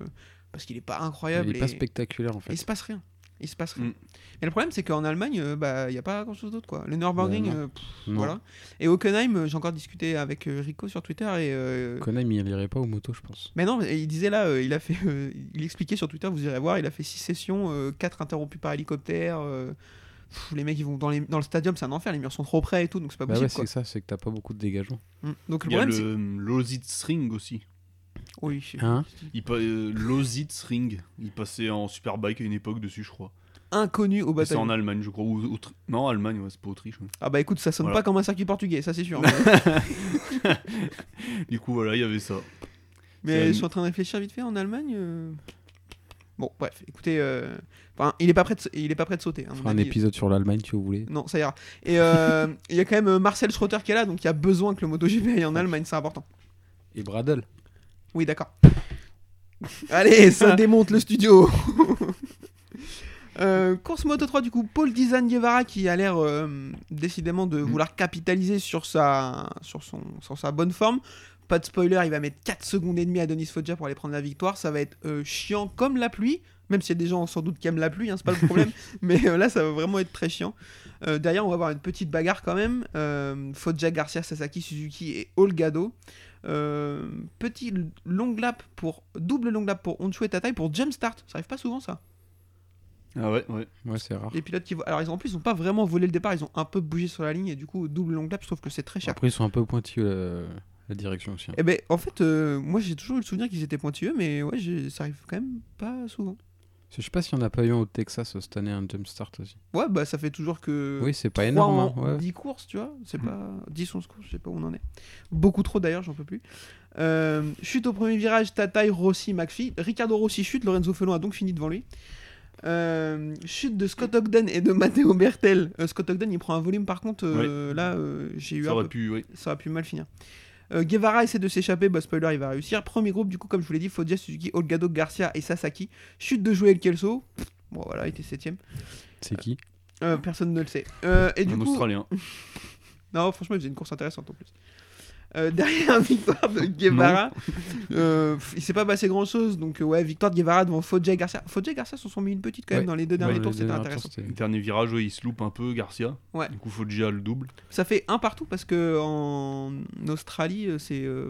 Speaker 2: parce qu'il est pas incroyable.
Speaker 4: Il est pas
Speaker 2: et-
Speaker 4: spectaculaire en
Speaker 2: il
Speaker 4: fait.
Speaker 2: se passe rien. Il se passe rien.
Speaker 3: Mm.
Speaker 2: Mais le problème, c'est qu'en Allemagne, euh, bah, il n'y a pas grand-chose d'autre. quoi. Le Nürburgring,
Speaker 4: Bah, non.
Speaker 2: euh, pff,
Speaker 4: Non.
Speaker 2: voilà. Et Hockenheim, euh, j'ai encore discuté avec euh, Rico sur Twitter. et euh,
Speaker 4: Konami, il irait pas aux motos, je pense.
Speaker 2: Mais non, il disait là, euh, il a fait, euh, il expliquait sur Twitter, vous irez voir, il a fait 6 sessions, 4 interrompues par hélicoptère. euh, pff, les mecs, ils vont dans, les- dans le stadium, c'est un enfer, les murs sont trop près et tout, donc c'est pas
Speaker 4: Bah
Speaker 2: possible.
Speaker 4: ouais, c'est ça, c'est que t'as pas beaucoup de dégagement.
Speaker 2: quoi. Mm. Donc le
Speaker 3: Il y a
Speaker 2: problème,
Speaker 3: le
Speaker 2: c'est.
Speaker 3: euh, Lausitzring aussi.
Speaker 2: Oui, c'est
Speaker 4: Hein
Speaker 3: Il pa... euh, Lausitzring. Il passait en superbike à une époque dessus, je crois.
Speaker 2: inconnu au
Speaker 3: Et c'est
Speaker 2: bataillon.
Speaker 3: en Allemagne, je crois. Ou, Autri- Non, Allemagne, ouais, c'est pas Autriche. ouais.
Speaker 2: Ah bah écoute, ça sonne
Speaker 3: Voilà.
Speaker 2: pas comme un circuit portugais, ça c'est sûr.
Speaker 3: Du coup, voilà, il y avait ça.
Speaker 2: Mais
Speaker 3: C'est-
Speaker 2: je suis en train de réfléchir vite fait en Allemagne. euh, Bon, bref, écoutez, euh, enfin, il est pas prêt de, sa- il est pas prêt de sauter. hein, à mon
Speaker 4: Fera un
Speaker 2: avis.
Speaker 4: épisode sur l'Allemagne si vous voulez.
Speaker 2: Non, ça ira. Et euh, il y a quand même euh, Marcel Schroeter qui est là, donc il y a besoin que le MotoGP aille en Allemagne, c'est important.
Speaker 4: Et Bradle.
Speaker 2: Oui, d'accord. Allez, ça démonte le studio. Euh, course Moto 3 du coup, Paul Dizan Guevara qui a l'air euh, décidément de vouloir capitaliser sur sa, sur, son, sur sa bonne forme. Pas de spoiler, il va mettre 4 secondes et demie à Denis Foggia pour aller prendre la victoire. Ça va être euh, chiant comme la pluie, même s'il y a des gens sans doute qui aiment la pluie, hein, c'est pas le problème. Mais euh, là, ça va vraiment être très chiant. Euh, derrière, on va avoir une petite bagarre quand même. Euh, Foggia, Garcia, Sasaki, Suzuki et Olgado. Euh, petit l- long lap pour double long lap pour Honshu et Tatai pour Jumpstart. Ça arrive pas souvent ça.
Speaker 3: Ah ouais, ouais.
Speaker 4: Ouais, c'est rare.
Speaker 2: Les pilotes qui vo- alors ils ont, en plus ils ont pas vraiment volé le départ, ils ont un peu bougé sur la ligne et du coup double long lap, je trouve que c'est très cher.
Speaker 4: Après, ils sont un peu pointilleux euh, la direction aussi. hein.
Speaker 2: Et ben en fait euh, moi j'ai toujours eu le souvenir qu'ils étaient pointilleux mais ouais j'ai- ça arrive quand même pas souvent.
Speaker 4: Je sais pas s'il y en a pas eu un au Texas euh, cette année, un jumpstart aussi.
Speaker 2: Ouais bah ça fait toujours que
Speaker 4: oui, c'est pas
Speaker 2: trois
Speaker 4: énorme.
Speaker 2: en
Speaker 4: hein, ouais.
Speaker 2: 10 courses, tu vois.
Speaker 3: Mhm.
Speaker 2: C'est pas 10, 11 courses, je sais pas où on en est. Beaucoup trop d'ailleurs, j'en peux plus. Euh, chute au premier virage, Tatai, Rossi, McPhee. Ricardo Rossi chute, Lorenzo Felon a donc fini devant lui. Euh, chute de Scott Ogden et de Matteo Bertel. Euh, Scott Ogden, il prend un volume par contre. euh, Là, euh, j'ai eu
Speaker 3: Ça
Speaker 2: un
Speaker 3: aurait
Speaker 2: peu-
Speaker 3: pu, ouais.
Speaker 2: ça aurait pu mal finir. Euh, Guevara essaie de s'échapper, bah spoiler, il va réussir. Premier groupe, du coup, comme je vous l'ai dit, Foggia, Suzuki, Olgado, Garcia et Sasaki. Chute de Joel Kelso. Pff, Bon, voilà, il était 7ème.
Speaker 4: C'est qui
Speaker 2: personne ne le sait. Euh, et du
Speaker 3: un
Speaker 2: coup,
Speaker 3: Australien.
Speaker 2: non, franchement, il faisait une course intéressante en plus. Euh, derrière victoire de Guevara, euh, pff, il s'est pas passé grand chose. Donc, euh, ouais, victoire de Guevara devant Foggia et Garcia. Foggia et Garcia s'en sont mis une petite quand même
Speaker 4: Ouais.
Speaker 2: dans les deux
Speaker 4: Dans
Speaker 2: derniers
Speaker 4: les
Speaker 2: tours, c'était
Speaker 4: derniers
Speaker 2: intéressant.
Speaker 4: c'était-
Speaker 3: Le Dernier virage, ouais, il se loupe un peu, Garcia.
Speaker 2: Ouais.
Speaker 3: Du coup, Foggia le double.
Speaker 2: Ça fait un partout parce que en Australie, euh, c'est euh,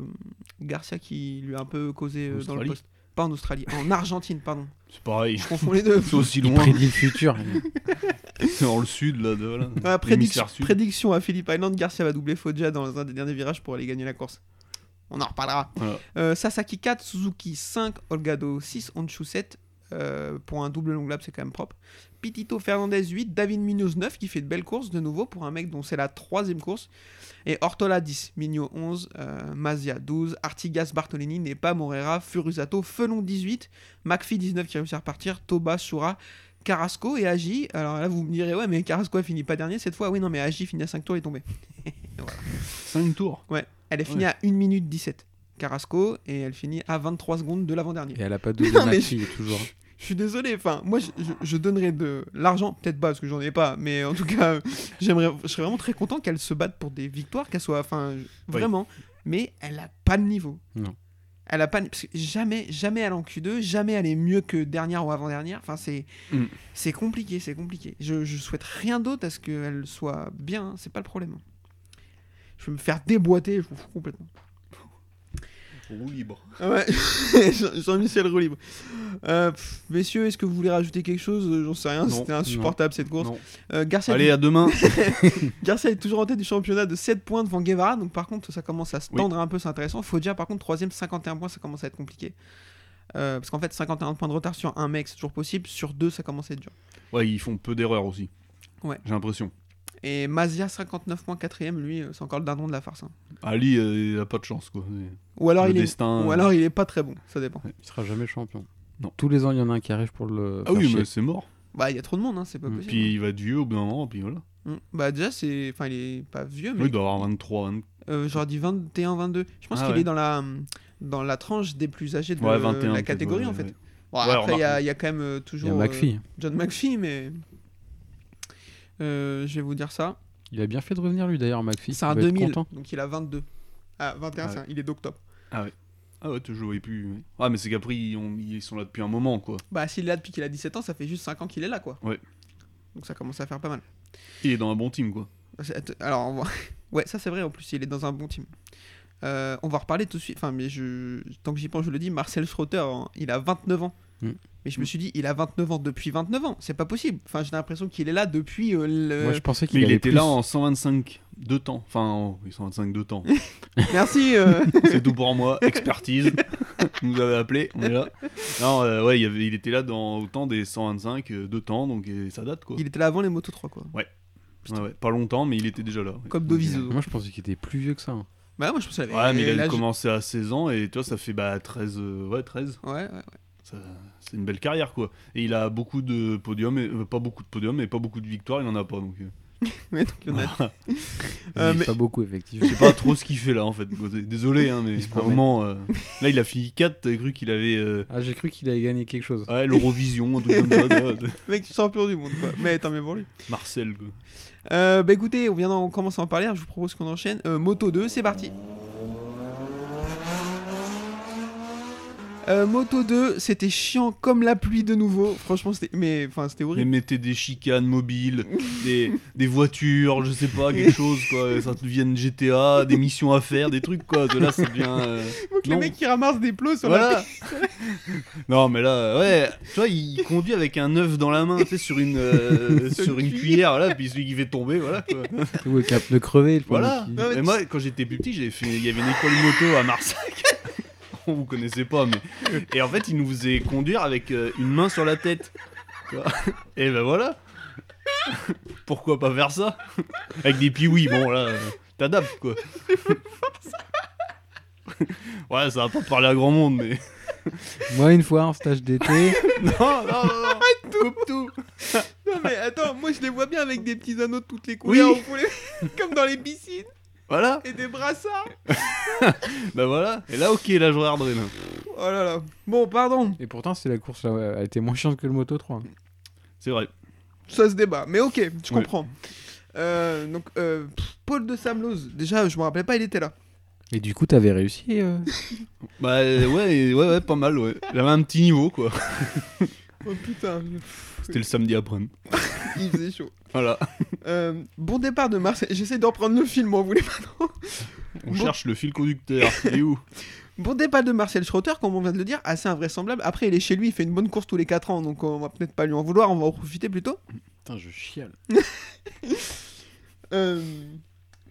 Speaker 2: Garcia qui lui a un peu causé euh, dans le
Speaker 3: Australie
Speaker 2: poste. Pas en Australie, en Argentine, pardon.
Speaker 3: C'est pareil.
Speaker 2: Je confonds les deux.
Speaker 3: C'est aussi
Speaker 4: Il
Speaker 3: loin.
Speaker 4: prédit le futur.
Speaker 3: C'est dans le sud, là. De, là.
Speaker 2: Ouais, prédiction,
Speaker 3: L'hémisphère sud.
Speaker 2: Euh, prédiction à Philippe Island, Garcia va doubler Foggia dans un des derniers virages pour aller gagner la course. On en reparlera.
Speaker 3: Voilà.
Speaker 2: Euh, Sasaki 4, Suzuki 5, Olgado 6, Honshu 7. euh, pour un double long lap, c'est quand même propre. Pitito Fernandez 8, David Munoz 9 qui fait de belles courses de nouveau pour un mec dont c'est la troisième course. Et Ortola 10, Migno 11, euh, Mazia 12, Artigas Bartolini, Nepa Morera, Furusato, Felon 18, McPhee 19 qui réussit à repartir, Toba, Sura, Carrasco et Agi. Alors là, vous me direz, ouais, mais Carrasco elle finit pas dernier cette fois. Oui, non, mais Agi finit à 5 tours, il est tombé.
Speaker 3: 5 tours.
Speaker 2: Elle est finie à 1 minute 17. Carrasco et elle finit à 23 secondes de l'avant-dernier.
Speaker 4: Et elle a pas de
Speaker 2: Non, mais
Speaker 4: Macri, toujours.
Speaker 2: Je suis désolé, enfin, moi je, je- je donnerais de l'argent, peut-être pas parce que j'en ai pas, mais en tout cas, euh, j'aimerais, je serais vraiment très content qu'elle se batte pour des victoires, qu'elle soit, enfin, je- vraiment, mais elle a pas de niveau.
Speaker 4: Non.
Speaker 2: Elle a pas parce que jamais jamais elle est en Q2, jamais elle est mieux que dernière ou avant-dernière. Enfin c'est
Speaker 3: Mm.
Speaker 2: c'est compliqué, c'est compliqué. Je, je souhaite rien d'autre à ce qu'elle soit bien, hein, c'est pas le problème. Je vais me faire déboîter, je m'en fous complètement.
Speaker 3: Roue libre.
Speaker 2: Ouais, Jean-Michel Roux libre. Euh, pff, messieurs, est-ce que vous voulez rajouter quelque chose Euh, J'en sais rien,
Speaker 3: Non,
Speaker 2: c'était insupportable cette course.
Speaker 3: Non.
Speaker 2: Euh, Garcia,
Speaker 3: Allez, à demain.
Speaker 2: Garcia est toujours en tête du championnat de 7 points devant Guevara, donc par contre ça commence à se
Speaker 3: Oui.
Speaker 2: tendre un peu, c'est intéressant. Foggia par contre 3ème, 51 points, ça commence à être compliqué. Euh, parce qu'en fait 51 points de retard sur un mec c'est toujours possible, sur deux ça commence à être dur.
Speaker 3: Ouais, ils font peu d'erreurs aussi.
Speaker 2: Ouais.
Speaker 3: J'ai l'impression.
Speaker 2: Et Mazia 59 points 4ème, lui euh, c'est encore le dindon de la farce. hein.
Speaker 3: Ali, euh, il a pas de chance, quoi. Le
Speaker 2: Ou alors, il est...
Speaker 3: destin.
Speaker 2: Ou alors il est pas très bon, ça dépend.
Speaker 4: Il sera jamais champion.
Speaker 3: Non.
Speaker 4: Tous les ans, il y en a un qui arrive pour le.
Speaker 3: Ah
Speaker 4: faire
Speaker 3: oui,
Speaker 4: chier.
Speaker 3: mais c'est mort.
Speaker 2: Bah il y a trop de monde, hein, c'est pas
Speaker 4: Mm.
Speaker 2: possible.
Speaker 3: Mmh, Puis il va être vieux au bout d'un moment, puis voilà.
Speaker 2: Mm. Bah déjà c'est... Enfin il est pas vieux mais...
Speaker 3: Il doit avoir 23, 24.
Speaker 2: Euh, j'aurais dit 21 22 je pense
Speaker 3: Ah
Speaker 2: qu'il
Speaker 3: ouais.
Speaker 2: est dans la hum, dans la tranche des plus âgés de
Speaker 3: Ouais, 21.
Speaker 2: la catégorie
Speaker 3: peut-être,
Speaker 2: en fait
Speaker 3: ouais,
Speaker 2: Bon,
Speaker 3: Ouais,
Speaker 2: après il y, a- il y a quand même euh,
Speaker 4: Il
Speaker 2: toujours
Speaker 4: y a
Speaker 2: euh,
Speaker 4: McPhee.
Speaker 2: John McPhee mais Euh, je vais vous dire ça
Speaker 4: Il a bien fait de revenir, lui, d'ailleurs, McPhee.
Speaker 2: c'est
Speaker 4: Il
Speaker 2: un
Speaker 4: va être
Speaker 2: 2000
Speaker 4: content.
Speaker 2: donc il a 22 ah 21
Speaker 3: Ouais.
Speaker 2: c'est un- il est d'octobre
Speaker 3: ouais. Ah ouais, tu je le voyais plus. ouais. Ah, mais c'est qu'après, ils, ont- ils sont là depuis un moment, quoi.
Speaker 2: bah s'il est là depuis qu'il a 17 ans ça fait juste 5 ans qu'il est là quoi
Speaker 3: Ouais.
Speaker 2: donc ça commence à faire pas mal
Speaker 3: Il est dans un bon team, quoi.
Speaker 2: C'est- alors on va- ouais ça c'est vrai en plus il est dans un bon team Euh, on va reparler tout de suite enfin mais je tant que j'y pense je le dis Marcel Schroeter hein, il a 29 ans
Speaker 4: Mm.
Speaker 2: mais je me suis dit il a 29 ans depuis 29 ans c'est pas possible enfin j'ai l'impression qu'il est là depuis euh, le
Speaker 4: Moi, je pensais qu'il
Speaker 3: Mais il
Speaker 4: allait
Speaker 3: était
Speaker 4: plus.
Speaker 3: là en 125 de temps. Enfin, en 125 de temps.
Speaker 2: merci euh,
Speaker 3: C'est tout pour moi. Expertise. Vous nous avez appelé, on est là. Non, euh, ouais, il, y avait- il était là dans autant des 125 euh, de temps, donc et ça date, quoi.
Speaker 2: il était là avant les motos 3 quoi
Speaker 3: Ouais, ouais, Pas longtemps, mais il était déjà là. ouais.
Speaker 2: comme Doviso
Speaker 4: Moi, je pensais qu'il était plus vieux que ça. hein.
Speaker 2: bah moi je pensais
Speaker 3: Ouais, mais
Speaker 2: et
Speaker 3: il
Speaker 2: là,
Speaker 3: a
Speaker 2: je-
Speaker 3: commencé à 16 ans et tu vois, ça fait bah, 13. euh, ouais, 13.
Speaker 2: ouais, ouais, ouais.
Speaker 3: Ça- C'est une belle carrière, quoi. Et il a beaucoup de podiums, et- euh, pas beaucoup de podiums, et pas beaucoup de victoires, il en a pas. Donc, euh,
Speaker 2: Ouais, donc, il y en a-
Speaker 4: Il
Speaker 2: Euh,
Speaker 4: est
Speaker 2: mais-
Speaker 4: Pas beaucoup, effectivement.
Speaker 3: je sais pas trop ce qu'il fait là, en fait. quoi. C'est- Désolé, hein, mais
Speaker 4: Il se
Speaker 3: à un
Speaker 4: promène.
Speaker 3: moment, euh, là, il a fini 4, t'as cru qu'il avait. euh,
Speaker 4: Ah, j'ai cru qu'il allait gagner quelque chose.
Speaker 3: ouais, l'Eurovision, un truc comme ça, tu vois, de-
Speaker 2: mec champion du monde quoi mais tant mieux pour lui
Speaker 3: Marcel, quoi.
Speaker 2: Euh, bah écoutez, on vient d'en commencer à en parler, alors je vous propose qu'on enchaîne. Euh, Moto 2, c'est parti. Euh, Moto 2, c'était chiant comme la pluie de nouveau. Franchement, c'était mais enfin c'était
Speaker 3: Mais
Speaker 2: horrible.
Speaker 3: mettez des chicanes mobiles, des, des voitures, je sais pas, quelque chose, quoi. Ça devienne GTA, des missions à faire, des trucs, quoi. De là, ça devient. euh,
Speaker 2: Donc les
Speaker 3: non.
Speaker 2: mecs qui ramassent des plots sur la
Speaker 3: Voilà. non mais là, euh, ouais, tu vois, il conduit avec un œuf dans la main, tu sais, sur une euh,
Speaker 2: Sur
Speaker 3: sur
Speaker 2: une
Speaker 3: une cuillère là, puis celui qui fait tomber, voilà. Quoi.
Speaker 4: Ou le cap de crever. le
Speaker 3: Voilà.
Speaker 4: premier qui-
Speaker 2: Ah ouais,
Speaker 3: Et moi, quand j'étais plus petit, j'avais fait, il y avait une école moto à Marseille. On vous connaissait pas, mais et en fait, il nous faisait conduire avec euh, une main sur la tête. Tu vois Et ben voilà. Pourquoi pas faire ça Avec des piouis, bon là, euh, t'adaptes quoi. Ouais, ça va pas parler à grand monde, mais.
Speaker 4: Moi, une fois, en stage d'été,
Speaker 3: Non, non, non, non. Coupe tout.
Speaker 2: Non mais attends, moi je les vois bien avec des petits anneaux de toutes les
Speaker 3: Oui.
Speaker 2: couleurs, au poulet, comme dans les piscines
Speaker 3: Voilà,
Speaker 2: et des brassards.
Speaker 3: bah voilà. Et là, ok, là, je regarderai. Là.
Speaker 2: Oh là là. Bon, pardon,
Speaker 4: et pourtant, c'est la course, là, ouais, elle était moins chiante que le Moto 3.
Speaker 3: C'est vrai.
Speaker 2: ça se débat. Mais ok, je
Speaker 3: Ouais.
Speaker 2: comprends. Euh, donc euh, pff, Paul de Samlose, déjà je me rappelais pas, il était là.
Speaker 4: Et du coup, t'avais réussi. euh,
Speaker 3: Bah euh, ouais, et- ouais, ouais, pas mal, ouais. J'avais un petit niveau, quoi.
Speaker 2: Oh putain,
Speaker 3: C'était le samedi après.
Speaker 2: il faisait chaud.
Speaker 3: Voilà.
Speaker 2: Euh, bon départ de Marseille. J'essaie de reprendre le film, on voulait pas trop.
Speaker 3: On
Speaker 2: Bon.
Speaker 3: cherche le fil conducteur. Il est où
Speaker 2: Bon départ de Marcel Schroeter, comme on vient de le dire, assez invraisemblable. Après, il est chez lui, il fait une bonne course tous les 4 ans, donc on va peut-être pas lui en vouloir, on va en profiter plutôt.
Speaker 4: Putain, je chiale.
Speaker 2: Euh,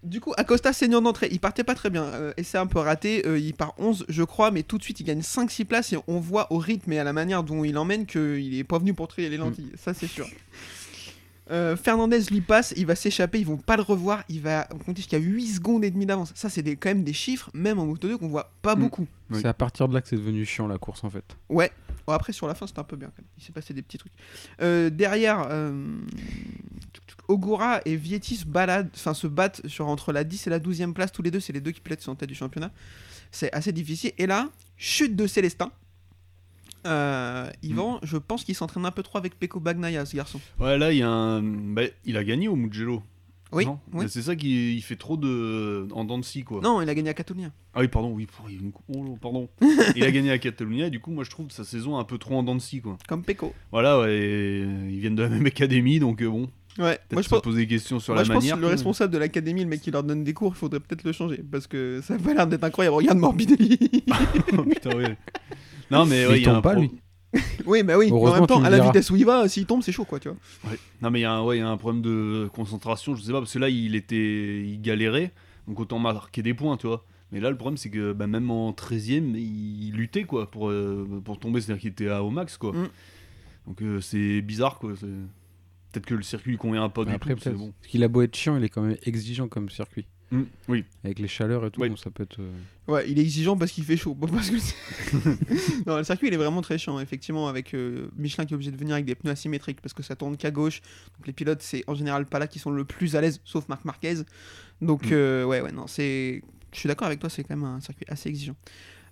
Speaker 2: Du coup, Acosta seigneur d'entrée, il partait pas très bien, euh, et c'est un peu raté, euh, il part 11 je crois, mais tout de suite il gagne 5-6 places et on voit au rythme et à la manière dont il emmène qu'il est pas venu pour trier les lentilles, ça c'est sûr. Euh, Fernandez lui passe, il va s'échapper, ils vont pas le revoir, il va compter jusqu'à 8 secondes et demie d'avance. Ça c'est des- quand même des chiffres, même en moto 2 qu'on voit pas
Speaker 3: Mm.
Speaker 2: beaucoup.
Speaker 3: Oui.
Speaker 4: C'est à partir de là que c'est devenu chiant, la course, en fait.
Speaker 2: Ouais. Bon, après, sur la fin, c'était un peu bien. Quand même. Il s'est passé des petits trucs. Euh, derrière, euh, Ogura et Vietti se, baladent, enfin, se battent sur, entre la 10 et la 12e place. Tous les deux, c'est les deux qui plaident sur en tête du championnat. C'est assez difficile. Et là, chute de Célestin. Euh, Yvan,
Speaker 3: Hmm.
Speaker 2: je pense qu'il s'entraîne un peu trop avec Peko Bagnaia, ce garçon.
Speaker 3: Ouais, là, il y a un. Bah, il a gagné au Mugello.
Speaker 2: Oui,
Speaker 3: Non
Speaker 2: oui.
Speaker 3: Mais C'est ça qui il fait trop de en dents de scie, quoi.
Speaker 2: Non, il a gagné à Catalunya.
Speaker 3: Ah oui, pardon, oui, pour- il- oh, pardon. il a gagné à Catalunya et du coup, moi je trouve sa saison un peu trop en dents de scie, quoi.
Speaker 2: Comme Peko.
Speaker 3: Voilà, ouais, et, euh, ils viennent de la même académie, donc euh, bon,
Speaker 2: Ouais, moi
Speaker 3: peut-être
Speaker 2: je
Speaker 3: se
Speaker 2: pense.
Speaker 3: poser des questions sur
Speaker 2: moi,
Speaker 3: la
Speaker 2: je
Speaker 3: manière.
Speaker 2: pense que le responsable de l'académie, le mec qui leur donne des cours, il faudrait peut-être le changer parce que ça a pas l'air d'être incroyable. Regarde Morbidelli.
Speaker 3: Oh, putain, ouais. Non, mais
Speaker 4: Mais
Speaker 3: ouais,
Speaker 4: il
Speaker 3: il y a
Speaker 4: tombe
Speaker 3: un
Speaker 4: pas,
Speaker 3: pro-
Speaker 4: lui.
Speaker 2: oui, bah oui. En
Speaker 4: Heureusement,
Speaker 2: même
Speaker 4: tu
Speaker 2: temps,
Speaker 4: me
Speaker 2: à la
Speaker 4: diras.
Speaker 2: vitesse où il va, s'il tombe, c'est chaud quoi, tu vois.
Speaker 3: Ouais. Non, mais il y, a un- ouais, il y a un problème de concentration, je sais pas, parce que là, il était, il galérait, donc autant marquer des points, tu vois. Mais là, le problème, c'est que bah, même en 13ème, il luttait, quoi, pour, euh, pour tomber, c'est-à-dire qu'il était à, au max, quoi.
Speaker 2: Mm.
Speaker 3: Donc euh, c'est bizarre, quoi. c'est- Peut-être que le circuit lui convient pas
Speaker 4: Mais
Speaker 3: du
Speaker 4: après,
Speaker 3: tout, c'est
Speaker 4: peut-être.
Speaker 3: bon.
Speaker 4: Parce qu'il a beau être chiant, il est quand même exigeant comme circuit.
Speaker 3: Mm. Oui,
Speaker 4: Avec les chaleurs et tout,
Speaker 3: Oui.
Speaker 4: bon, ça peut être. euh,
Speaker 2: Ouais, il est exigeant parce qu'il fait chaud. pas parce que c'est- non, le circuit il est vraiment très chiant, effectivement, avec euh, Michelin qui est obligé de venir avec des pneus asymétriques parce que ça tourne qu'à gauche. Donc les pilotes, c'est en général pas là qui sont le plus à l'aise, sauf Marc Marquez. Donc
Speaker 3: Mm.
Speaker 2: euh, ouais, ouais, non, c'est. Je suis d'accord avec toi, c'est quand même un circuit assez exigeant.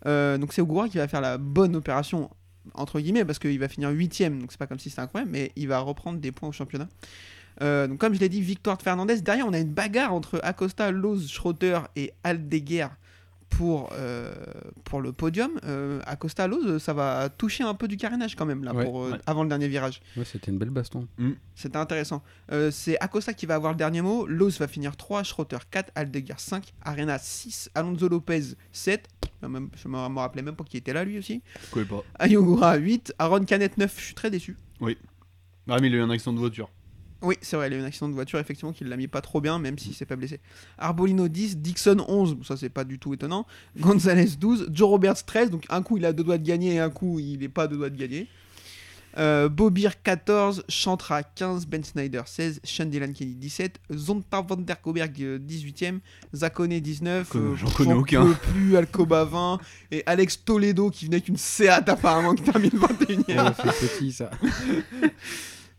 Speaker 2: Euh, donc c'est Ogura qui va faire la bonne opération entre guillemets parce qu'il va finir huitième, donc c'est pas comme si c'était incroyable, mais il va reprendre des points au championnat. Euh, donc comme je l'ai dit, victoire de Fernandez. Derrière, on a une bagarre entre Acosta, Loz, Schroeder et Aldeguer pour, euh, pour le podium. Euh, Acosta, Loz, ça va toucher un peu du carénage quand même là
Speaker 4: Ouais.
Speaker 2: pour, euh,
Speaker 3: Ouais.
Speaker 2: avant le dernier virage.
Speaker 4: Ouais, c'était une belle baston.
Speaker 2: C'était intéressant. Euh, c'est Acosta qui va avoir le dernier mot. Loz va finir 3, Schroeter 4, Aldeguer 5, Arena 6, Alonso Lopez 7. Je me je me rappelais même pas qu'il était là lui aussi.
Speaker 3: je connais pas.
Speaker 2: Ayogura 8, Aaron Canet 9. Je suis très déçu.
Speaker 3: Ah, mais il a eu un accident de voiture.
Speaker 2: Oui, c'est vrai, il y a eu un accident de voiture, effectivement, qui l'a mis pas trop bien, même s'il s'est pas blessé. Arbolino 10, Dixon 11, bon, ça c'est pas du tout étonnant. Gonzalez 12, Joe Roberts 13, donc un coup il a deux doigts de gagner et un coup il est pas à deux doigts de gagner. Euh, Bobir 14, Chantra 15, Ben Snyder 16, Sean Dylan Kenny 17, Zonta van der Koberg euh, 18e, Zakone 19,
Speaker 3: Comme
Speaker 2: euh,
Speaker 3: j'en connais aucun.
Speaker 2: peux plus, Alcoba 20, et Alex Toledo qui venait avec une Seat apparemment qui termine 21e.
Speaker 4: Ouais, c'est petit, ça.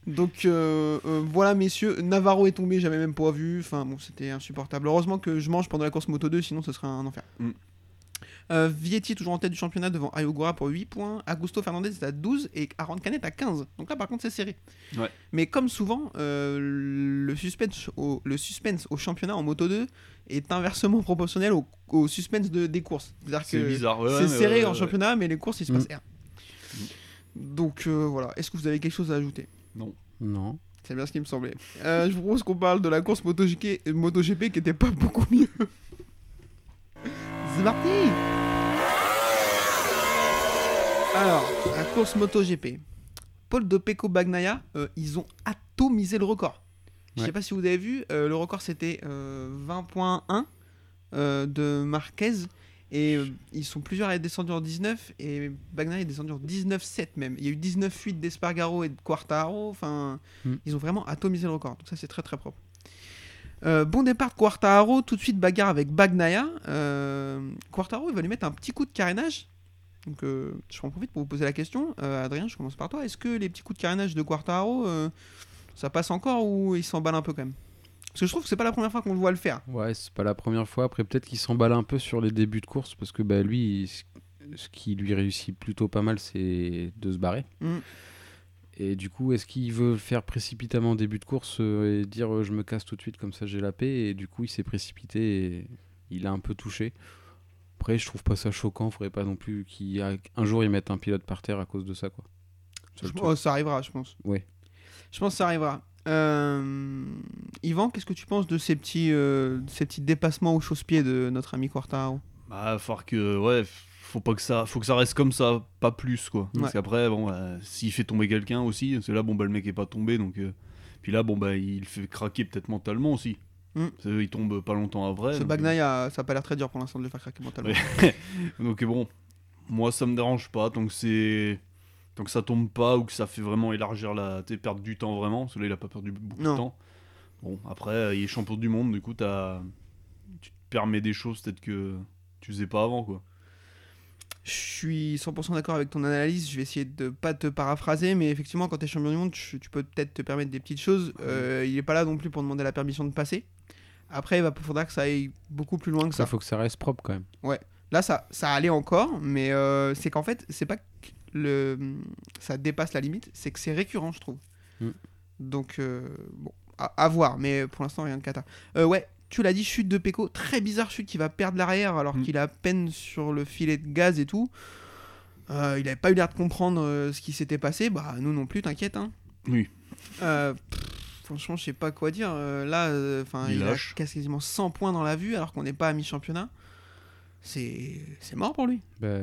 Speaker 2: Donc euh, euh, voilà messieurs, Navarro est tombé, j'avais même pas vu, enfin bon c'était insupportable. Heureusement que je mange pendant la course Moto 2, sinon ce serait un enfer.
Speaker 3: Mm.
Speaker 2: Euh, Vietti est toujours en tête du championnat devant Ayogura pour 8 points, Augusto Fernandez est à 12 et Aaron Canet à 15. Donc là par contre c'est serré.
Speaker 3: Ouais.
Speaker 2: Mais comme souvent, euh, le, suspense au, le suspense au championnat en Moto 2 est inversement proportionnel au, au suspense de- des courses. C'est-à-dire
Speaker 3: C'est
Speaker 2: que-
Speaker 3: bizarre, ouais.
Speaker 2: c'est
Speaker 3: ouais,
Speaker 2: serré
Speaker 3: ouais,
Speaker 2: en
Speaker 3: ouais.
Speaker 2: championnat, mais les courses, il se
Speaker 4: Mm.
Speaker 2: passe rien. Donc euh, voilà, est-ce que vous avez quelque chose à ajouter
Speaker 4: Non.
Speaker 2: C'est bien ce qui me semblait. Euh, je vous propose qu'on parle de la course MotoGP, MotoGP qui était pas beaucoup mieux. C'est parti Alors, la course MotoGP. Paul de Pecco Bagnaia, euh, ils ont atomisé le record. Je sais
Speaker 4: Ouais.
Speaker 2: pas si vous avez vu, euh, le record c'était euh, 20.1 euh, de Marquez. Et euh, ils sont plusieurs à être descendus en 19 et Bagnaia est descendu en 19-7 même. Il y a eu 19-8 d'Espargaro et de Quartaro. Enfin,
Speaker 4: Mm.
Speaker 2: ils ont vraiment atomisé le record. Donc ça c'est très très propre. Euh, bon départ de Quartaro, tout de suite bagarre avec Bagnaia. Euh, Quartaro il va lui mettre un petit coup de carénage. Donc euh, je en profite pour vous poser la question. Euh, Adrien, je commence par toi. Est-ce que les petits coups de carénage de Quartaro, euh, ça passe encore ou il s'emballe un peu quand même Parce que je trouve que c'est pas la première fois qu'on le voit le faire.
Speaker 4: Ouais, c'est pas la première fois. Après, peut-être qu'il s'emballe un peu sur les débuts de course parce que bah, lui, il- ce- ce qui lui réussit plutôt pas mal, c'est de se barrer.
Speaker 2: Mm.
Speaker 4: Et du coup, est-ce qu'il veut le faire précipitamment en début de course euh, et dire euh, je me casse tout de suite comme ça j'ai la paix Et du coup, il s'est précipité et il a un peu touché. Après, je trouve pas ça choquant. Faudrait pas non plus qu'un jour il mette un pilote par terre à cause de ça. quoi. C'est le
Speaker 2: Je-
Speaker 4: truc.
Speaker 2: oh, ça arrivera, je pense.
Speaker 4: Ouais.
Speaker 2: Je pense que ça arrivera. Euh, Yvan, qu'est-ce que tu penses de ces petits, euh, ces petits dépassements au chausse-pied de notre ami Quartaro
Speaker 3: Bah, faut que ouais, faut pas que ça, faut que ça reste comme ça, pas plus quoi.
Speaker 2: Ouais.
Speaker 3: Parce qu'après, bon, euh, s'il fait tomber quelqu'un aussi, c'est là, bon bah le mec est pas tombé, donc euh, puis là, bon bah il fait craquer peut-être mentalement aussi.
Speaker 2: Mm.
Speaker 3: Parce que Il tombe pas longtemps après.
Speaker 2: Ce
Speaker 3: donc,
Speaker 2: Bagnaia, ça a pas l'air très dur pour l'instant de le faire craquer mentalement.
Speaker 3: Ouais. euh, donc bon, moi ça me dérange pas tant que c'est, tant que ça tombe pas ou que ça fait vraiment élargir la, tu sais, perdre du temps vraiment. Celui-là, il a pas perdu beaucoup
Speaker 2: Non.
Speaker 3: de temps. Bon, après, euh, il est champion du monde, du coup, t'as, tu te permets des choses peut-être que tu faisais pas avant quoi.
Speaker 2: Je suis 100% d'accord avec ton analyse. Je vais essayer de pas te paraphraser, mais effectivement, quand tu es champion du monde, tu, tu peux peut-être te permettre des petites choses. Euh, il est pas là non plus pour demander la permission de passer. Après, il va faudra que ça aille beaucoup plus loin que
Speaker 4: Ça,
Speaker 2: ça.
Speaker 4: faut que ça reste propre quand même.
Speaker 2: Là, ça, ça allait encore, mais euh, c'est qu'en fait, c'est pas que le, ça dépasse la limite, c'est que c'est récurrent, je trouve.
Speaker 4: Mm.
Speaker 2: Donc, euh, bon. à, à voir, mais pour l'instant, rien de cata. Euh, ouais, tu l'as dit, chute de Peko, très bizarre chute qui va perdre l'arrière alors
Speaker 3: Mm.
Speaker 2: qu'il est à peine sur le filet de gaz et tout. Euh, il n'avait pas eu l'air de comprendre euh, ce qui s'était passé. Bah, nous non plus, t'inquiète. Hein.
Speaker 3: Oui.
Speaker 2: Euh, pff, franchement, je sais pas quoi dire. Euh, là, euh, 'fin,
Speaker 3: Il
Speaker 2: il, a
Speaker 3: lâche.
Speaker 2: casse quasiment 100 points dans la vue alors qu'on n'est pas à mi-championnat. C'est c'est mort pour lui.
Speaker 4: Bah,